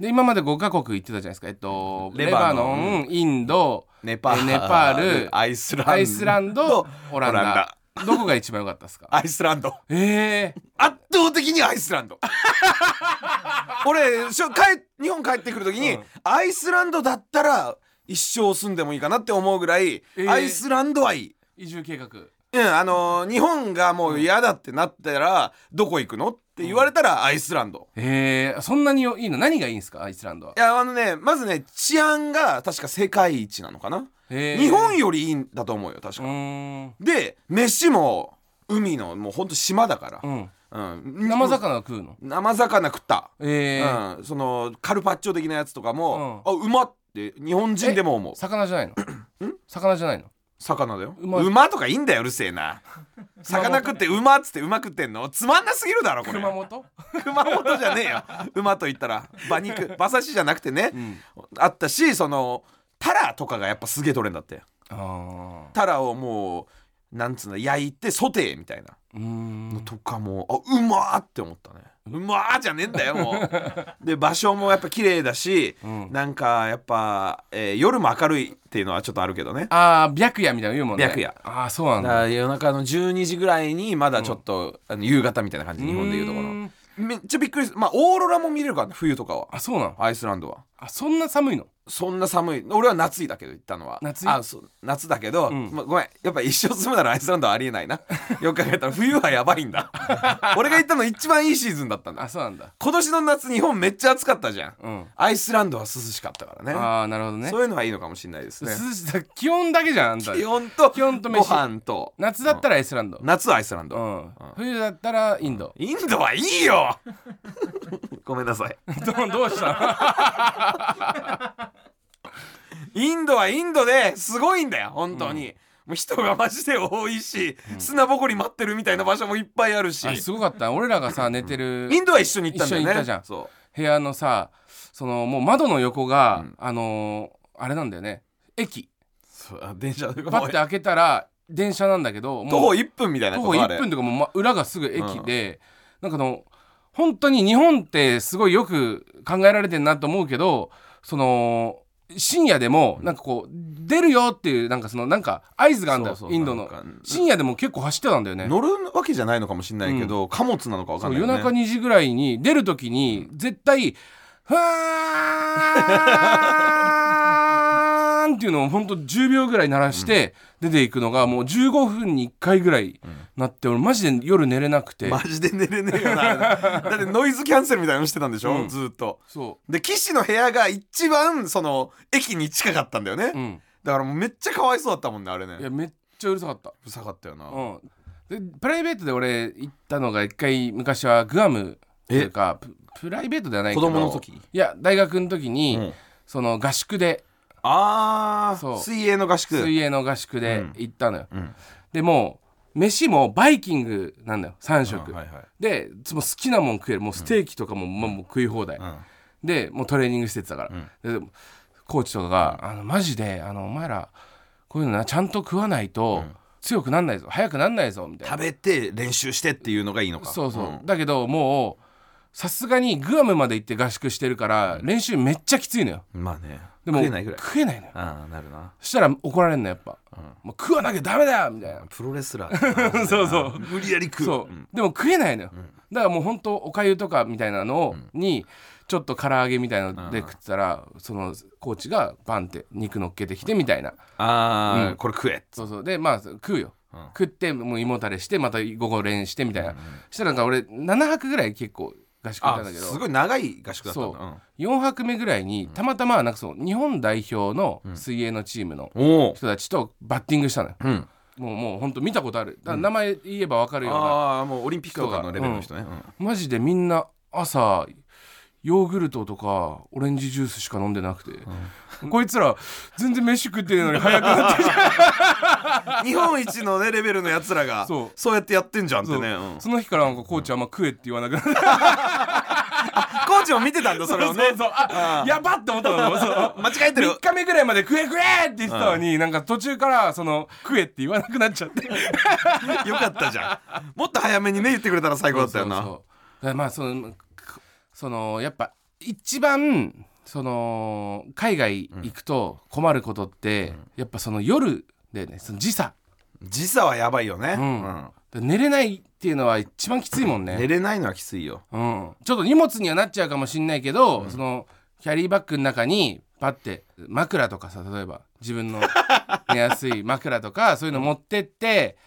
S3: で今まで5カ国行ってたじゃないですかえっとレ
S1: レ
S3: バ
S1: バノ
S3: ノン
S1: ン
S3: インド
S1: ネパー
S3: え
S1: ル
S3: ネパール
S1: アイスランド
S3: アイスランドオランダ
S1: オラン
S3: どこが一番良かったで すか
S1: アイスランド
S3: ええ
S1: 圧倒的にアイスラ ンド俺しょ帰日本帰ってくる時に、アイスランドだったら一生住んでもいいかなって思うぐらい、
S3: ー
S1: アイスランドはいい
S3: 移住計画
S1: うんあのー日本がもう嫌だってなったら、どこ行くのって言われたらアイスランド、
S3: ええそんなにいいの何がいいんですかアイスランドはい
S1: やあのねまずね治安が確か世界一なのかな、
S3: ええ
S1: 日本よりいいんだと思うよ確
S3: う
S1: か、
S3: ーん
S1: で飯も海のもうほんと島だから、
S3: うん
S1: うん
S3: 生魚食うの
S1: 生魚食った、
S3: ええ
S1: うん、そのカルパッチョ的なやつとかも、あうまって日本人でも思う
S3: 魚じゃないの魚じゃないの
S1: 魚だよ
S3: うま
S1: うまとかいいんだようるせえな魚食ってうまっつってうま食ってんのつまんなすぎるだろこれ
S3: 熊本
S1: 熊本じゃねえよ馬と言ったら馬肉馬刺しじゃなくてね、
S3: ん
S1: あったしそのタラとかがやっぱすげえ取れんだって
S3: ああ
S1: タラをもうなんつうの焼いてソテーみたいな
S3: うーん
S1: とかもあうまーって思ったねうまーじゃねえんだよもうで場所もやっぱ綺麗だし、
S3: ん
S1: なんかやっぱ、えー夜も明るいっていうのはちょっとあるけどね
S3: ああ白夜みたいなの言うもんね
S1: 白夜
S3: ああそうなん
S1: だ
S3: だ
S1: から夜中の12時ぐらいにまだちょっと、あの夕方みたいな感じ日本でいうとこ
S3: うー
S1: ろ
S3: ん
S1: めっちゃびっくりするまあオーロラも見れるからね冬とかは
S3: あそうなの
S1: アイスランドは
S3: あそんな寒いの
S1: そんな寒い俺は夏いだけど行ったのは
S3: 夏い
S1: あそう夏だけど、
S3: ん
S1: ま、ごめんやっぱ一生住むならアイスランドはありえない なよく考えたら冬はやばいんだ 俺が行ったの一番いいシーズンだったんだ
S3: あそうなんだ
S1: 今年の夏日本めっちゃ暑かったじゃん、
S3: うん
S1: アイスランドは涼しかったからね
S3: ああなるほどね
S1: そういうのはいいのかもしれないですね
S3: 涼しさ気温だけじゃんあんた
S1: 気温と
S3: 気温と飯
S1: ご飯と
S3: 夏だったらアイスランド、
S1: 夏はアイスランド、
S3: うん冬だったらイ ンド
S1: インドはいいよ ごめんなさい
S3: どうどうした
S1: インドはインドですごいんだよ本当に、もう人がマジで多いし、砂ぼこり待ってるみたいな場所もいっぱいあるし、
S3: のあすごかった俺らがさ寝てる
S1: インドは一緒に行ったんだよね
S3: 一緒に行ったじゃん
S1: そ
S3: 部屋のさそのもう窓の横が、あのーあれなんだよね駅
S1: うそう電車とか
S3: パッ
S1: も
S3: て開けたら電車なんだけどもう
S1: 徒歩1分みたいな
S3: 徒
S1: こ
S3: 歩
S1: とあ
S3: 1
S1: れ
S3: 分とかもう、ま、裏がすぐ駅で、なんかあの本当に日本ってすごいよく考えられてんなと思うけどその深夜でもなんかこう出るよっていうなんかそのなんか合図があるんだよ
S1: そうそう
S3: インドの
S1: なんか
S3: 深夜でも結構走ってたんだよね
S1: 乗るわけじゃないのかもしれないけど、貨物なのかわか
S3: そ
S1: んな
S3: う
S1: いよ
S3: 夜
S1: ね
S3: 中2時ぐらいに出る時に絶対「ふわ ーん」っていうのをほんと10秒ぐらい鳴らして出ていくのがもう15分に1回ぐらいなって俺マジで夜寝れなくて
S1: マジで寝れねえよ なだってノイズキャンセルみたいなのしてたんでしょ、
S3: うん
S1: ずーっと
S3: そ
S1: で岸の部屋が一番その駅に近かったんだよね、
S3: ううん
S1: だからもうめっちゃかわいそうだったもんねあれね
S3: いやめっちゃうるさかった
S1: うるさかったよな、
S3: うんでプライベートで俺行ったのが一回昔はグアムというかププライベートではないけど
S1: 子供の時
S3: いや大学の時に、
S1: うん
S3: その合宿で
S1: あ
S3: そう
S1: ー水泳の合宿
S3: 水泳の合宿で
S1: うん
S3: 行ったのよ、
S1: うん
S3: でもう飯もバイキングなんだよ3食、
S1: うんはいはい
S3: でもう好きなもん食えるもうステーキとかも,、もうもう食い放題、でもうトレーニング施設だから、でコーチとかが「あのマジであのお前らこういうのなちゃんと食わないと強くなんないぞ早くなんないぞ」みたいな
S1: 食べて練習してっていうのがいいのか
S3: そうそう、
S1: ん
S3: だけどもうさすがにグアムまで行って合宿してるから練習めっちゃきついのよ
S1: まあね
S3: でも
S1: 食えないぐらい
S3: 食えないのよ
S1: ああなるな
S3: そしたら怒られんのやっぱ、もう食わなきゃダメだよみたいな
S1: プロレスラー
S3: そうそう
S1: 無理やり食う
S3: そう、
S1: ん
S3: でも食えないのよ、だからもう本当おかゆとかみたいなのをにちょっと唐揚げみたいので食ってたらそのコーチがバンって肉乗っけてきてみたいな
S5: ああ、
S3: うん
S5: これ食え
S3: そうそうでまあ食うよ
S5: うん
S3: 食ってもう胃もたれしてまた午後練してみたいなしたらなんか俺7泊ぐらい結構合宿行っ
S5: あ
S3: たんだけど
S5: すごい長い合宿だったんだ
S3: そ4泊目ぐらいにたまたまなんかそう日本代表の水泳のチームの
S5: うん、おお
S3: 人たちとバッティングしたのよ
S5: うん
S3: もうもう本当見たことあるだから名前言えば分かるような
S5: ああもうオリンピックとかのレベルの人ね、うん
S3: マジでみんな朝ヨーグルトとかオレンジジュースしか飲んでなくて、こいつら全然飯食ってるのに 早くなってる
S5: 日本一のねレベルのやつらが
S3: そう
S5: そうやってやってんじゃんってね、うん
S3: その日からなんかコーチあんま食えって言わなくなって
S5: コーチも見てたんだそれをね
S3: あやばって思ったの そう
S5: 間違えてる
S3: 3日目ぐら いまで食え食えって言ってたのに、なんか途中からその食えって言わなくなっ ちゃって
S5: よかったじゃんもっと早めにね言ってくれたら最高だったよな
S3: そうそうそうだからまあそのくそのやっぱ一番その海外行くと困ることって、やっぱその夜でねその時差
S5: 時差はやばいよね、
S3: うん
S5: うん
S3: 寝れないっていうのは一番きついもん
S5: 寝
S3: ね、
S5: れないのはきついよ
S3: うん、ちょっと荷物にはなっちゃうかもしんないけど、そのキャリーバッグの中にパッて枕とかさ例えば自 分の寝やすい枕とかそういうの持ってって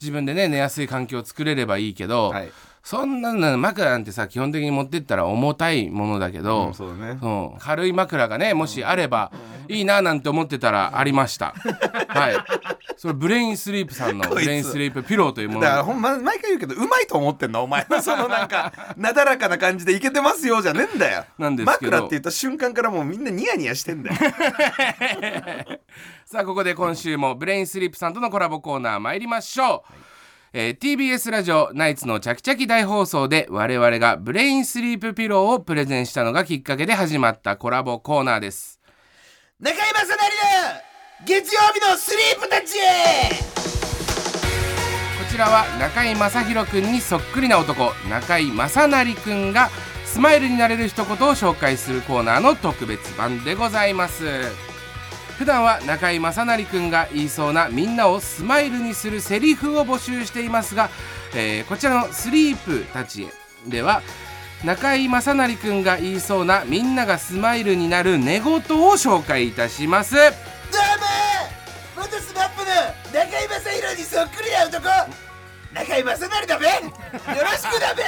S3: 自分でね寝やすい環境を作れればいいけど、
S5: はい、
S3: そんなの枕なんてさ基本的に持ってったら重たいものだけど、
S5: うんそうだね
S3: そう軽い枕がねもしあればいいななんて思ってたらありました、はいそれブレインスリープさん の
S5: こ
S3: ブ
S5: いつ
S3: レインスリープピローというも
S5: だか
S3: の
S5: らほんま毎回言うけどうまいと思ってんのお前 のそのなんかなだらかな感じでいけてますよじゃねえんだよ
S3: なんですけど
S5: 枕って言った瞬間からもうみんなニヤニヤして んだよ
S3: さあここで今週もブレインスリープさんとのコラボコーナー参りましょう、えー TBS ラジオナイツのチャキチャキ大放送で我々がブレインスリープピローをプレゼンしたのがきっかけで始まったコラボコーナーです
S5: 中居正成月曜日のスリープたち
S3: こちらは中井正広くんにそっくりな男中井正成くんがスマイルになれる一言を紹介するコーナーの特別版でございます普段は中井正成くんが言いそうなみんなをスマイルにするセリフを募集していますが、えーこちらの「スリープたちへ」では中井正成くんが言いそうなみんながスマイルになる寝言を紹介いたします
S1: どうも元スマップの中居正広にそっくりな男中居正成だべよろしくだべ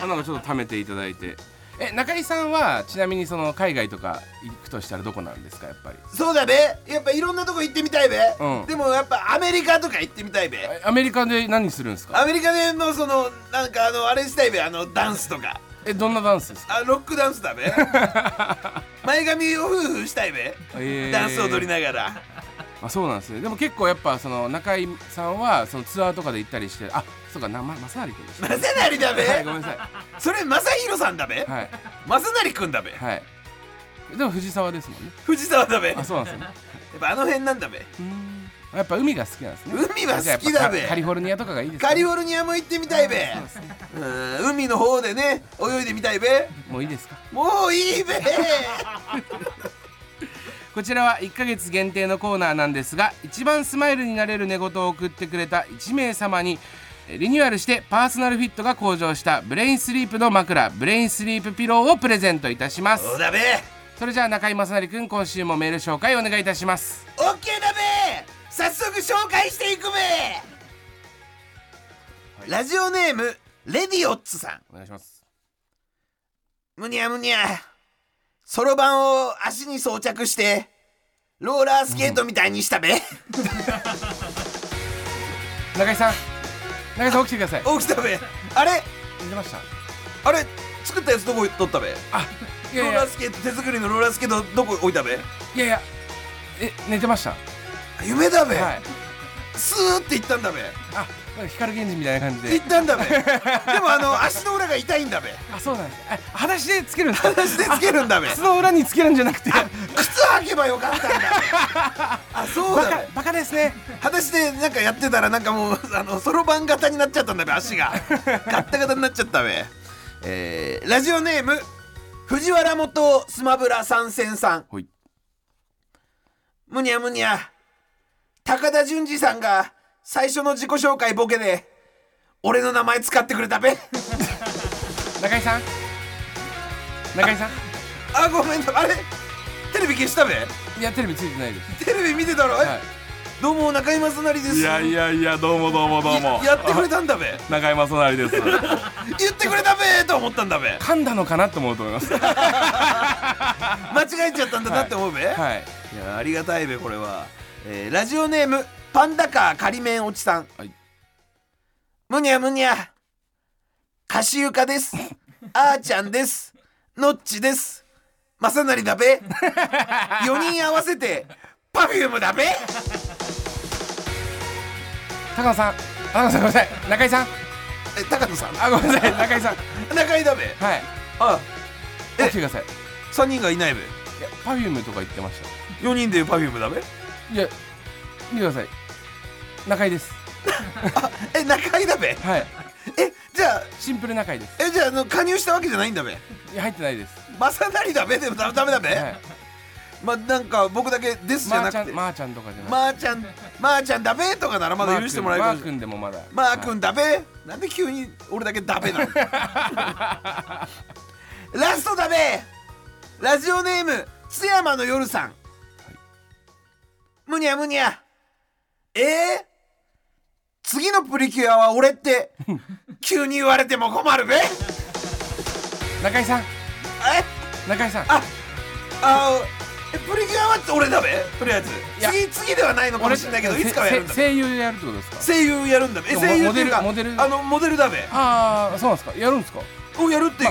S3: あなんかちょっと貯めていただいてえ中井さんはちなみにその海外とか行くとしたらどこなんですかやっぱり
S1: そうだべやっぱいろんなとこ行ってみたいべ、
S3: うん
S1: でもやっぱアメリカとか行ってみたいべ
S3: えアメリカで何するんですか
S1: アメリカでのそのなんかあのあれしたいべあのダンスとか
S3: えどんなダンスですか、
S1: あロックダンスだ べ前髪をフーフーしたいべ
S3: えー
S1: ダンス踊りながら
S3: あそうなんですねでも結構やっぱその中井さんはそのツアーとかで行ったりしてあそうか名前正成君でした
S1: 正成だべ、
S3: はいごめんなさい
S1: それ正広さんだべ、
S3: はい
S1: 正成くんだべ
S3: はいでも藤沢ですもんね
S1: 藤沢だべや
S3: あ
S1: っ
S3: そうなんですね
S1: ぱあの辺なんだべ
S3: うーんやっぱ海が好きなんですね
S1: 海は
S3: じゃあ
S1: 好きだべ
S3: やっぱカリフォルニアとかがいいですか
S1: カリフォルニアも行ってみたいべ
S3: そうですね
S1: うん海の方でね泳いでみたいべ
S3: もういいですか
S1: もういい べ
S3: こちらは1ヶ月限定のコーナーなんですが一番スマイルになれる寝言を送ってくれた1名様にえリニューアルしてパーソナルフィットが向上したブレインスリープの枕ブレインスリープピローをプレゼントいたします
S1: そうだべ
S3: それじゃあ中居正成君今週もメール紹介お願いいたします
S1: オッケーだべ早速紹介していくべ、ラジオネームレディオッツさ
S3: お願いします
S1: んむにゃむにゃそろばんを足に装着してローラースケートみたいにしたべ、
S3: 中居さん中居さん起きてください
S1: 起きたべあれ
S3: 寝てました
S1: あれ作ったやつどこ取ったべ
S3: い
S1: ロ
S3: やい
S1: ー
S3: や
S1: ラースケート手作りのローラースケートどこ置いたべ
S3: いやいやえ寝てましたは
S1: 夢だべ、
S3: い
S1: スーっていったんだべ
S3: あなんか光源氏みたいな感じ
S1: 行
S3: で
S1: ったんだべでもあの足の裏が痛いんだべ
S3: あそうなんですえ裸足でつけるんですか
S1: 足でつ けるんだべ
S3: 靴の裏につけるんじゃなくて
S1: 靴履けばよかったんだべ あそう
S3: バ
S1: だ
S3: カ
S1: べ
S3: バカですね
S1: 裸足でなんかやってたらなんかもうあのそろばん型になっちゃったんだべ足がガッタガタになっちゃったべえーラジオネーム藤原元スマブラ参戦さん
S3: ほい
S1: むにゃむにゃ高田純次さ んが最初の自己紹介ボケで俺の名前使ってくれたべ
S3: 中井さん中井さん
S1: あごめんなあれテレビ消したべ
S3: いやテレビついてないです
S1: テレビ見てたろ、え
S3: はい
S1: どうも中居正成です
S6: いやいやいやどうもどうもどうも
S1: やってくれたんだべ
S6: 中山正成です
S1: 言ってくれたべと思ったんだべ
S3: 噛んだのかなと思うと思い ますは
S1: 間違えちゃったんだなって思うべ、い
S3: い
S1: やありがたいべこれは、えーラジオネームパンダカー仮面おちさん、
S3: はい
S1: むにゃむにゃかしゆかです あーちゃんですのっちですまさなりだべ4人合わせてパフュームだべ
S3: 高野さん高野さんごめんなさい中井さ
S1: え
S3: ん
S1: 高野さん
S3: あごめんなさい中井さん
S1: 中居だべ
S3: はい
S1: あ
S3: 起きてください
S1: 3人がいないべ
S3: いやパフュームとか言ってまし
S1: 4人でパフュームだべ
S3: たいや見てください中井です
S1: え中居だべ
S3: はい
S1: えじゃあ
S3: シンプル中井です
S1: えじゃああの加入したわけじゃないんだべ
S3: いや入ってないです
S1: 正成だべでもダメダメだべ、
S3: はい
S1: まあなんか僕だけですじ
S3: ま
S1: ゃ
S3: ー
S1: な
S3: ちゃ
S1: くて
S3: んまーちゃんとかじゃない
S1: まーちゃんまーちゃんだべとかならまだ許してもらえる
S3: マ
S1: か
S3: ー
S1: もしれない
S3: 君でもまだ
S1: まーくんだべなんで急に俺だけだべなの ラストだべラジオネーム津山の夜さん、むにゃむにゃえー、次のプリキュアは俺 って急に言われても困るべ
S3: 中井さん
S1: え
S3: 中井さん
S1: ああえプリキュアは俺だべとりあえず
S3: いや
S1: 次次ではないのかもしれないけどいつかはやるんだ
S3: せ
S1: べ
S3: 声優やるってことですか
S1: 声優やるんだべえ
S3: も
S1: 声優っていうか
S3: モデルモデル
S1: あのモデルだべ
S3: ああそうなんですかやるんですか
S1: をやるって、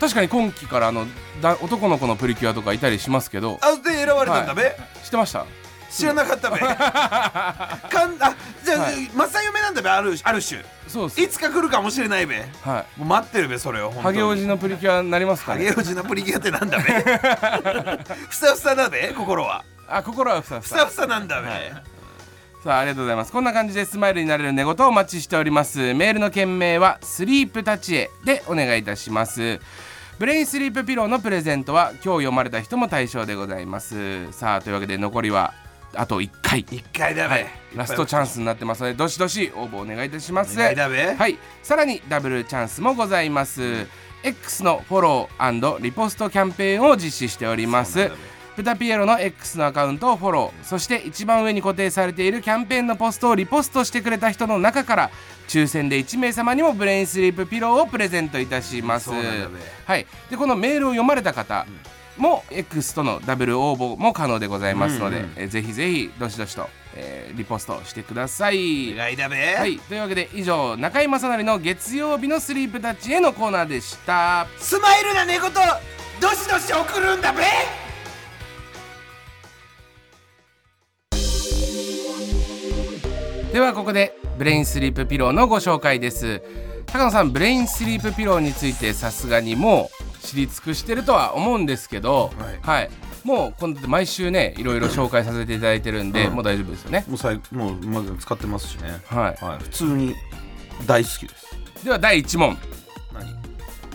S3: 確かに今期からあのだ男の子のプリキュアとかいたりしますけど
S1: あで選ばれたんだべ、
S3: 知ってました
S1: 知らな かったべかんあじゃあ、
S3: はい
S1: 正夢なんだべあるある種
S3: そうです
S1: いつか来るかもしれないべ
S3: はい
S1: もう待ってるべそれを本当
S3: ハ
S1: に
S3: ゲおじのプリキュアになりますか
S1: ハ
S3: ね
S1: ゲオジのプリキュアってなん だべふさふさだべ心は
S3: あ心はふさふ
S1: ふ
S3: さ
S1: さふさなんだべ、
S3: さあありがとうございますこんな感じでスマイルになれる寝言をお待ちしておりますメールの件名は「スリープ立ちへ」でお願いいたしますブレインスリープピローのプレゼントは今日読まれた人も対象でございますさあというわけで残りはあと1回
S1: 一回だべ、
S3: はい、ラストチャンスになってますのでどしどし応募お願いいたします
S1: お願いだべ
S3: はいさらにダブルチャンスもございます X のフォローリポストキャンペーンを実施しておりますプタピエロの X のアカウントをフォローそして一番上に固定されているキャンペーンのポストをリポストしてくれた人の中から抽選で1名様にもブレインスリープピローをプレゼントいたします
S1: そうなんだべ
S3: はい、でこのメールを読まれた方も X とのダブル応募も可能でございますので、えーぜひぜひどしどしと、えーリポストしてください。
S1: お願いだべ、
S3: はい、というわけで以上中居正成の月曜日のスリープタッチへのコーナーでした。
S1: スマイルな寝言どしどし送るんだべ
S3: ではここでブレインスリープピローのご紹介です。高野さんブレインスリープピローについてさすがにもう知り尽くしてるとは思うんですけど、はい、もう今度毎週ねいろいろ紹介させていただいてるんで、もう大丈夫ですよね。
S1: もう最もうまず使ってますしね
S3: はい、
S1: はい普通に大好きです
S3: では第1問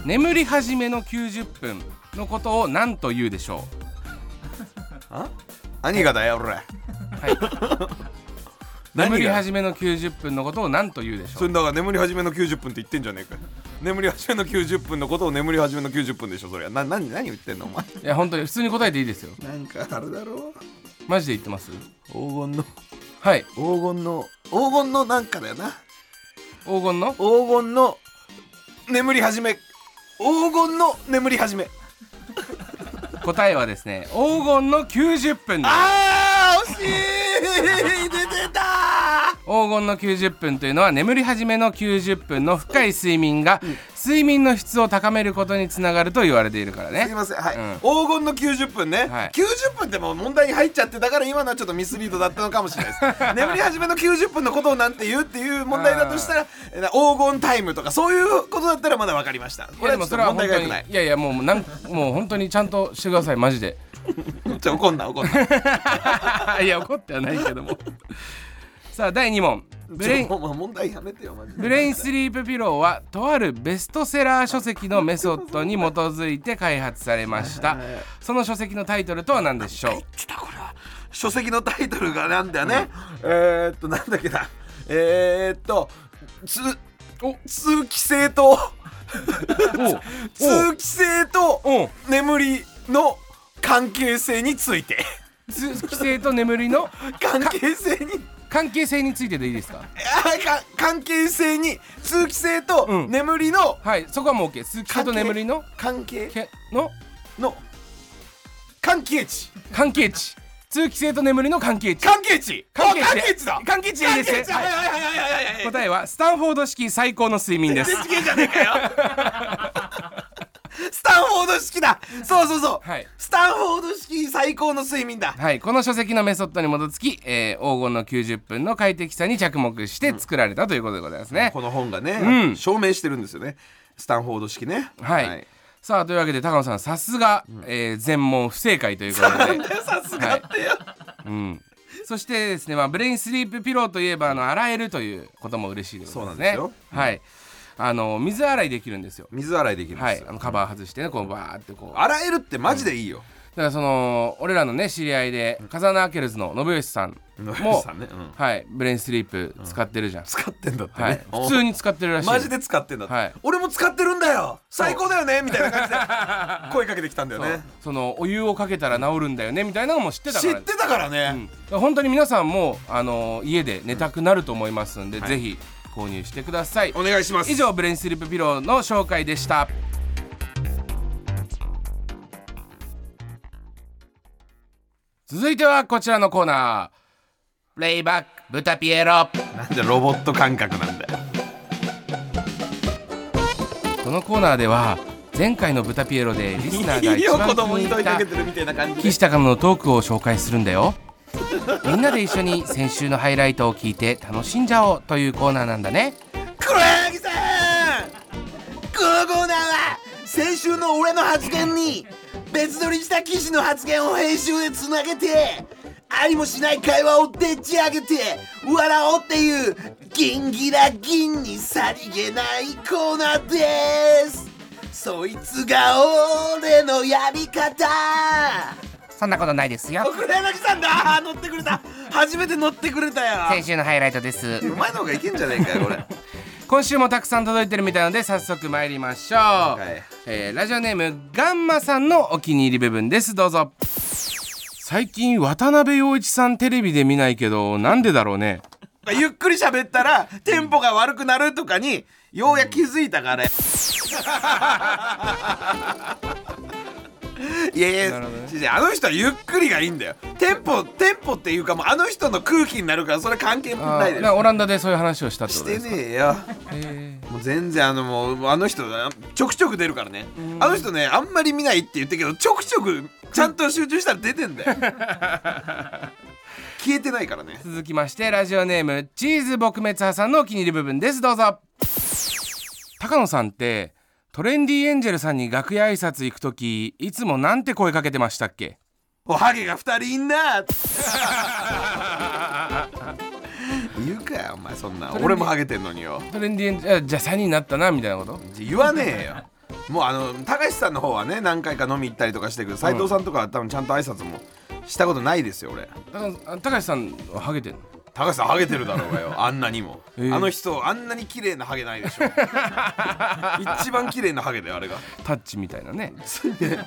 S1: 何
S3: 眠り始めの90分のことを何と言うでしょ
S1: 何がだよ俺
S3: う、 はい、眠り始めの90分のことを何と言うでし
S6: そ
S3: ょう
S6: れだから眠り始めの90分って言ってんじゃねえか よ眠り始めの90分のことを眠り始めの90分でしょそれはな何何言ってんのお前
S3: いや本当に普通に答えていいですよ
S1: なんかあれだろ
S3: マジで言ってます
S1: 黄金の
S3: はい
S1: 黄金の黄金のなんかだよな
S3: 黄金の
S1: 黄金の眠り始め黄金の眠り始め
S3: 答えはですね黄金の90分です
S1: あー惜しい出てた
S3: 黄金の90分というのは眠り始めの90分の深い睡眠が睡眠の質を高めることにつながると言われているから
S1: すい
S3: ね
S1: ません、はい
S3: うん
S1: 黄金の90分ね、
S3: はい
S1: 90分でもう問題に入っちゃってだから今のはちょっとミスリードだったのかもしれない です眠り始めの90分のことをなんて言うっていう問題だとしたらえー黄金タイムとかそういうことだったらまだ分かりました
S3: い
S1: こ
S3: や
S1: れ
S3: で
S1: はちょっと
S3: もそれは
S1: 問
S3: 本
S1: 題
S3: 当
S1: がよ
S3: に
S1: くない
S3: いやいやもうなんもう本当にちゃんとしてくださいマジで
S1: ちょ怒んな怒んない
S3: や怒っては ないけども さあ第2問ブレイン
S1: もう問題やめてよマジで
S3: ブレインスリープピローはとあるベストセラー書籍のメソッドに基づいて開発されましたその書籍のタイトルとは何でしょう
S1: ちょっとこれは書籍のタイトルがなんだよね、えー、っとなんだっけなえー、っとつ通気性と通気性と
S3: おうおう
S1: 眠りの関係性について
S3: つ規制と眠りの
S1: 関係性に
S3: 関係性についてでいいですか
S1: あか関係性に通気性と
S3: うん
S1: 眠りの
S3: はいそこはもう OK 通気性と眠りの
S1: 関係
S3: けの
S1: の関係値
S3: 関係値通気性と眠りの関係値
S1: 関係値
S3: 関係
S1: あ
S3: 値
S1: 関係値だ
S3: 関係値でいいですね
S1: 関係値はいはいはいはいはいはい
S3: 答えはスタンフォード式最高の睡眠です
S1: 全然違えじゃねえ かよスタンフォード式だそうそうそう、
S3: はい
S1: スタンフォード式最高の睡眠だ
S3: はい、この書籍のメソッドに基づき、えー黄金の90分の快適さに着目して作られたということでございますね。
S1: この本がね、
S3: うん
S1: 証明してるんですよねスタンフォード式ね
S3: はい、さあというわけで高野さんさすが、えー全問不正解ということで
S1: さすがってよ、
S3: うん、そしてですね、まあ、ブレインスリープピローといえばあの洗えるということも嬉しいでございますね。
S1: そうなんで
S3: はいあの水洗いできるんですよ。
S1: 水洗いできるんですよ、
S3: はい、あのカバー外してねこうバーってこう
S1: 洗えるってマジでいいよ、
S3: だからその俺らのね知り合いで風穴アケルズの信義さんも
S1: 信義さんねうん
S3: はい、ブレインスリープ使ってるじゃん、
S1: 使ってんだってね、
S3: はい、
S1: お
S3: 普通に使ってるらしい
S1: マジで使ってんだって、
S3: はい
S1: 俺も使ってるんだよ最高だよねみたいな感じで 声かけてきたんだよね
S3: そのお湯をかけたら治るんだよねみたいなのも知ってたか
S1: 知
S3: ら
S1: ってたから
S3: う
S1: ね、
S3: んだから本当に皆さんもあの家で寝たくなると思いますんで、ぜひ購入してください
S1: お願いします
S3: 以上ブレインスリープピローの紹介でした続いてはこちらのコーナープレイバック豚ピ エロ
S1: なんじゃロボット感覚なんだよ
S3: このコーナーでは前回の豚ピエロでリスナーが一番気に入った
S1: るみたいな感
S3: 岸高野のトークを紹介するんだよみんなで一緒に先週のハイライトを聞いて楽しんじゃおうというコーナーなんだね
S1: 黒柳さんこのコーナーは先週の俺の発言に別撮りした騎士の発言を編集でつなげてありもしない会話をでっち上げて笑おうっていうギンギラギンにさりげないコーナーですそいつが俺のや り方
S3: そんなことないですよ
S1: 黒柳さんだ乗ってくれた初めて乗ってくれたよ
S3: 先週のハイライトです
S1: お前の方がいけんじゃねえかよこれ
S3: 今週もたくさん届いてるみたいなので早速参りましょう、
S1: い
S3: えーラジオネームガンマさんのお気に入り部分ですどうぞ最近渡辺陽一さんテレビで見ないけどなんでだろうね
S1: ゆっくり喋ったらテンポが悪くなるとかにようやく気づいたから、いやいや、違う違うあの人はゆっくりがいいんだよテンポテンポっていうかもうあの人の空気になるからそれ関係
S3: あ
S1: ない
S3: ー
S1: で
S3: なオランダでそういう話をしたって
S1: し
S3: こと
S1: て
S3: です
S1: ねえよ
S3: え
S1: もう全然あのもうあの人だなちょくちょく出るからねあの人ねあんまり見ないって言ってるけどちょくちょくちゃんと集中したら出てん だよ消えてないからね
S3: ー続きましてラジオネームチーズ撲滅派さんのお気に入り部分ですどうぞ高野さんってトレンディエンジェルさんに楽屋挨拶行く時いつもなんて声かけてましたっけ
S1: おはげが二人いん な言うかよお前そんな俺もハゲてんのによ
S3: トレンディエンジェルじゃあ3人になったなみたいなこと
S1: 言わねえよもうあの高橋さんの方はね何回か飲み行ったりとかしてるけど斎藤さんとかは多分ちゃんと挨拶もしたことないですよ俺
S3: 高高橋さんはハゲてんの
S1: 高橋さんハゲてるだろうが よあんなにも、
S3: ー
S1: あの人あんなに綺麗なハゲないで しょ一番綺麗なハゲだよあれが
S3: タッチみたいなね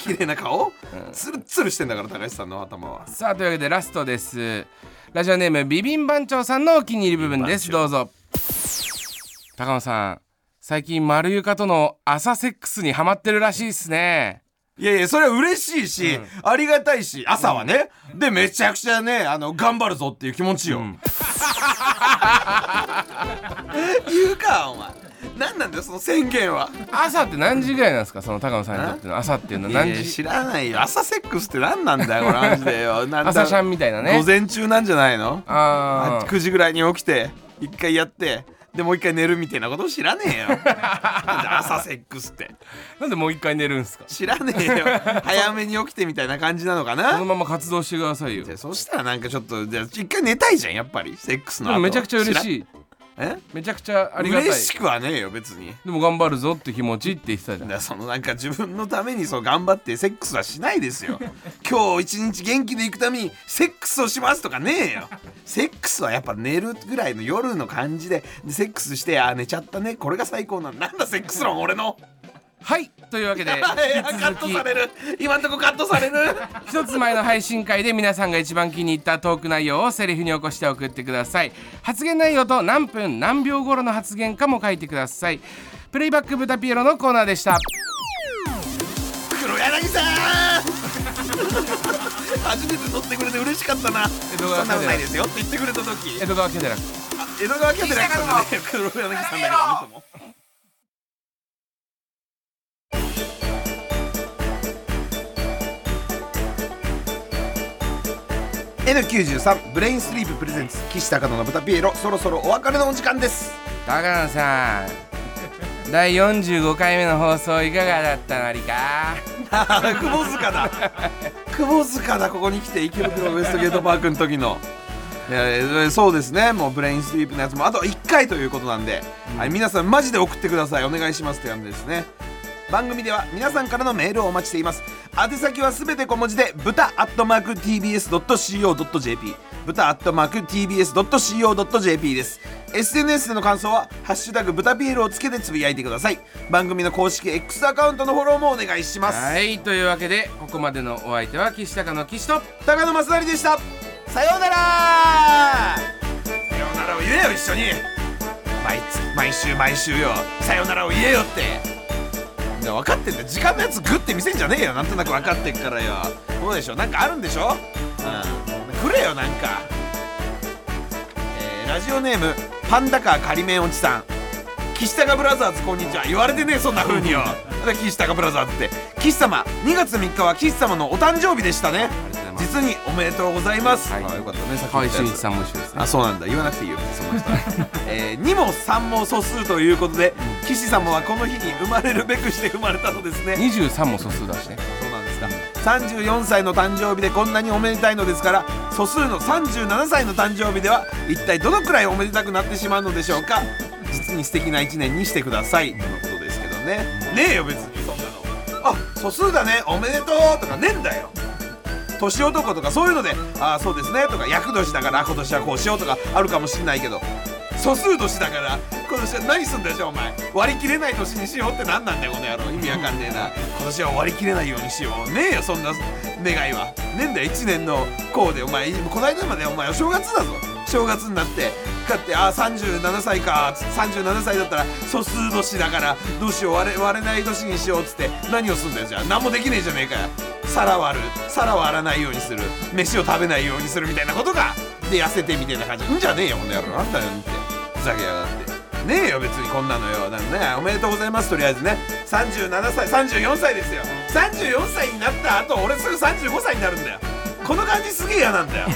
S1: 綺麗な顔、ツルツルしてんだから高橋さんの頭は
S3: さあというわけでラストですラジオネームビビン番長さんのお気に入り部分ですどうぞ高野さん最近丸床との朝セックスにハマってるらしいっすね
S1: いやいや、それは嬉しいし、ありがたいし、朝はね、で、めちゃくちゃね、あの、頑張るぞっていう気持ちよ。言うか、お前。何なんだよ、その宣言は。
S3: 朝って何時ぐらいなんですかその高野さんにとっての朝っていうのは何
S1: いや
S3: 時
S1: 知らないよ。朝セックスって何なんだよ、これマジで よ。なんだ
S3: 朝シャンみたいなね
S1: 午前中なんじゃないの
S3: あ
S1: あ ?9 時ぐらいに起きて、一回やって、で、もう一回寝るみたいなこと知らねえよ。なんで朝セックスって。
S3: ーなんでもう一回寝るんすか
S1: 知らねえよ。早めに起きてみたいな感じなのかな
S3: このまま活動してくださいよ
S1: じゃあそしたらなんかちょっとじゃあ一回寝たいじゃんやっぱりセックスの
S3: で
S1: 後
S3: もめちゃくちゃ嬉
S1: い
S3: しい
S1: え
S3: めちゃくちゃありがたい
S1: 嬉しくはねえよ別に
S3: でも頑張るぞって気持ちって言ってたじ
S1: だ
S3: ゃん
S1: からそのなんか自分のためにそう頑張ってセックスはしないです よ今日一日元気で行くためにセックスをしますとかねえよセックスはやっぱ寝るぐらいの夜の感じででセックスしてあー寝ちゃったねこれが最高なんだなんだセックス論俺の
S3: はいという わけで引き
S1: カット
S3: 続き
S1: される今んとこカットされる
S3: 一つ前の配信会で皆さんが一番気に入ったトーク内容をセリフに起こして送ってください発言内容と何分何秒頃の発言かも書いてくださいプレイバックブタピエロのコーナーでした
S1: 黒柳さん 初めて撮ってくれて嬉しかったな
S3: 江戸
S1: そ
S3: 川
S1: んなこ
S3: 家
S1: と
S3: で
S1: な
S3: ない
S1: ですよって言ってくれた時
S3: 江戸川家でなく
S1: 江戸川家でなくてね黒柳さんだけどあの人も
S7: ー N93 ブレインスリーププレゼンツ岸高野の豚ピエロそろそろお別れのお時間です
S3: 高野さん第45回目の放送いかがだったなりか
S1: 窪塚だ窪塚だここに来て池袋ウエストゲートパークの時のいやえーそうですねもうブレインスリープのやつもあと1回ということなんで、はい、皆さんマジで送ってくださいお願いしますって感じですね番組では皆さんからのメールをお待ちしています宛先はすべて小文字で豚アットマーク TBS.CO.JP 豚アットマーク TBS.CO.JP です SNS での感想は「ハッシュタグ豚ピエロ」をつけてつぶやいてください番組の公式 X アカウントのフォローもお願いします、
S3: はいというわけでここまでのお相手は岸高の岸と
S1: 高野正成でしたさようならさようならを言えよ一緒に毎月毎週毎週よさようならを言えよっていや分かってんだよ時間のやつグッて見せんじゃねえよなんとなく分かってっからよそうでしょなんかあるんでしょうんくれよなんか、えーラジオネームパンダカー仮面おじさん岸高ブラザーズこんにちは言われてねえそんな風によなんだ岸高ブラザーズって岸様2月3日は岸様のお誕生日でしたね
S3: りがとうございま
S1: 実
S3: す
S1: におめでとうございます、
S3: はい
S1: あよかったねさっき
S3: 河
S1: 言
S3: 合
S1: った
S3: 俊
S1: や
S3: 一
S1: つ
S3: さんも一緒ですね
S1: あそうなんだ言わなくていいよその人はえー、2も3も素数ということで、岸様はこの日に生まれるべくして生まれたのですね
S3: 23も素数だし ね
S1: そうなんですか34歳の誕生日でこんなにおめでたいのですから素数の37歳の誕生日では一体どのくらいおめでたくなってしまうのでしょうか実に素敵な1年にしてくださいとのことですけどねねえよ別にそんなのあ素数だねおめでとうとかねえんだよ年男とかそういうので「ああそうですね」とか「厄年だから今年はこうしよう」とかあるかもしんないけど素数年だから今年は何すんだよじゃあお前割り切れない年にしようって何なんだよこの野郎意味わかんねえな今年は割り切れないようにしようねえよそんな願いはねえんだよ1年のこうでお前こないだまでお前お正月だぞ正月になってだってああ37歳か37歳だったら素数年だからどうしよう割れ割れない年にしようっつって何をすんだよじゃあ何もできねえじゃねえかよ皿割る皿割らないようにする飯を食べないようにするみたいなことかで痩せてみたいな感じんじゃねえよこの野郎なんだよってふざけやがってねえよ別にこんなのよだからねおめでとうございますとりあえずね37歳34歳ですよ34歳になった後俺すぐ35歳になるんだよこの感じすげえ嫌なんだよ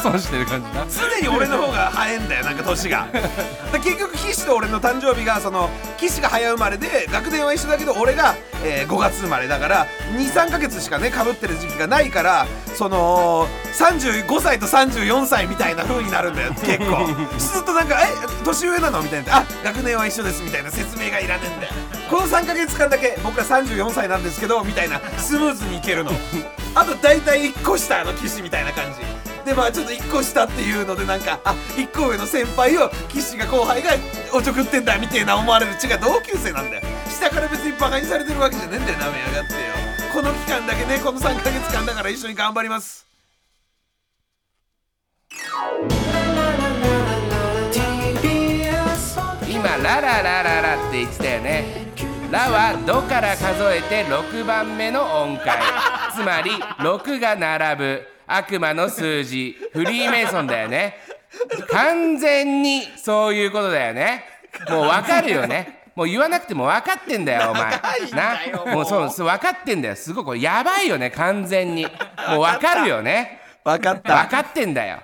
S3: 損してる感じな
S1: 常に俺の方が早いんだよなんか年がだから結局岸と俺の誕生日がその岸が早生まれで学年は一緒だけど俺が、え5月生まれだから23ヶ月しかねかぶってる時期がないからその35歳と34歳みたいな風になるんだよ結構ずっとなんか「え年上なの?」みたいな「あ学年は一緒です」みたいな説明がいらねえんだよこの3ヶ月間だけ僕ら34歳なんですけどみたいなスムーズにいけるのあと大体1個下の岸みたいな感じでまあちょっと1個下っていうのでなんかあ1個上の先輩を岸が後輩がおちょくってんだみたいな思われる違う同級生なんだよ下から別にバカにされてるわけじゃねえんだよなめやがってよこの期間だけねこの3ヶ月間だから一緒に頑張ります
S3: 今ラララララって言ってたよねラはドから数えて6番目の音階つまり6が並ぶ悪魔の数字フリーメイソンだよね完全にそういうことだよねもうわかるよねもう言わなくても分かってんだよお前なもうそうそう分かってんだよすごいこれやばいよね完全にもう分かるよね
S1: 分かっ
S3: 分かってんだよ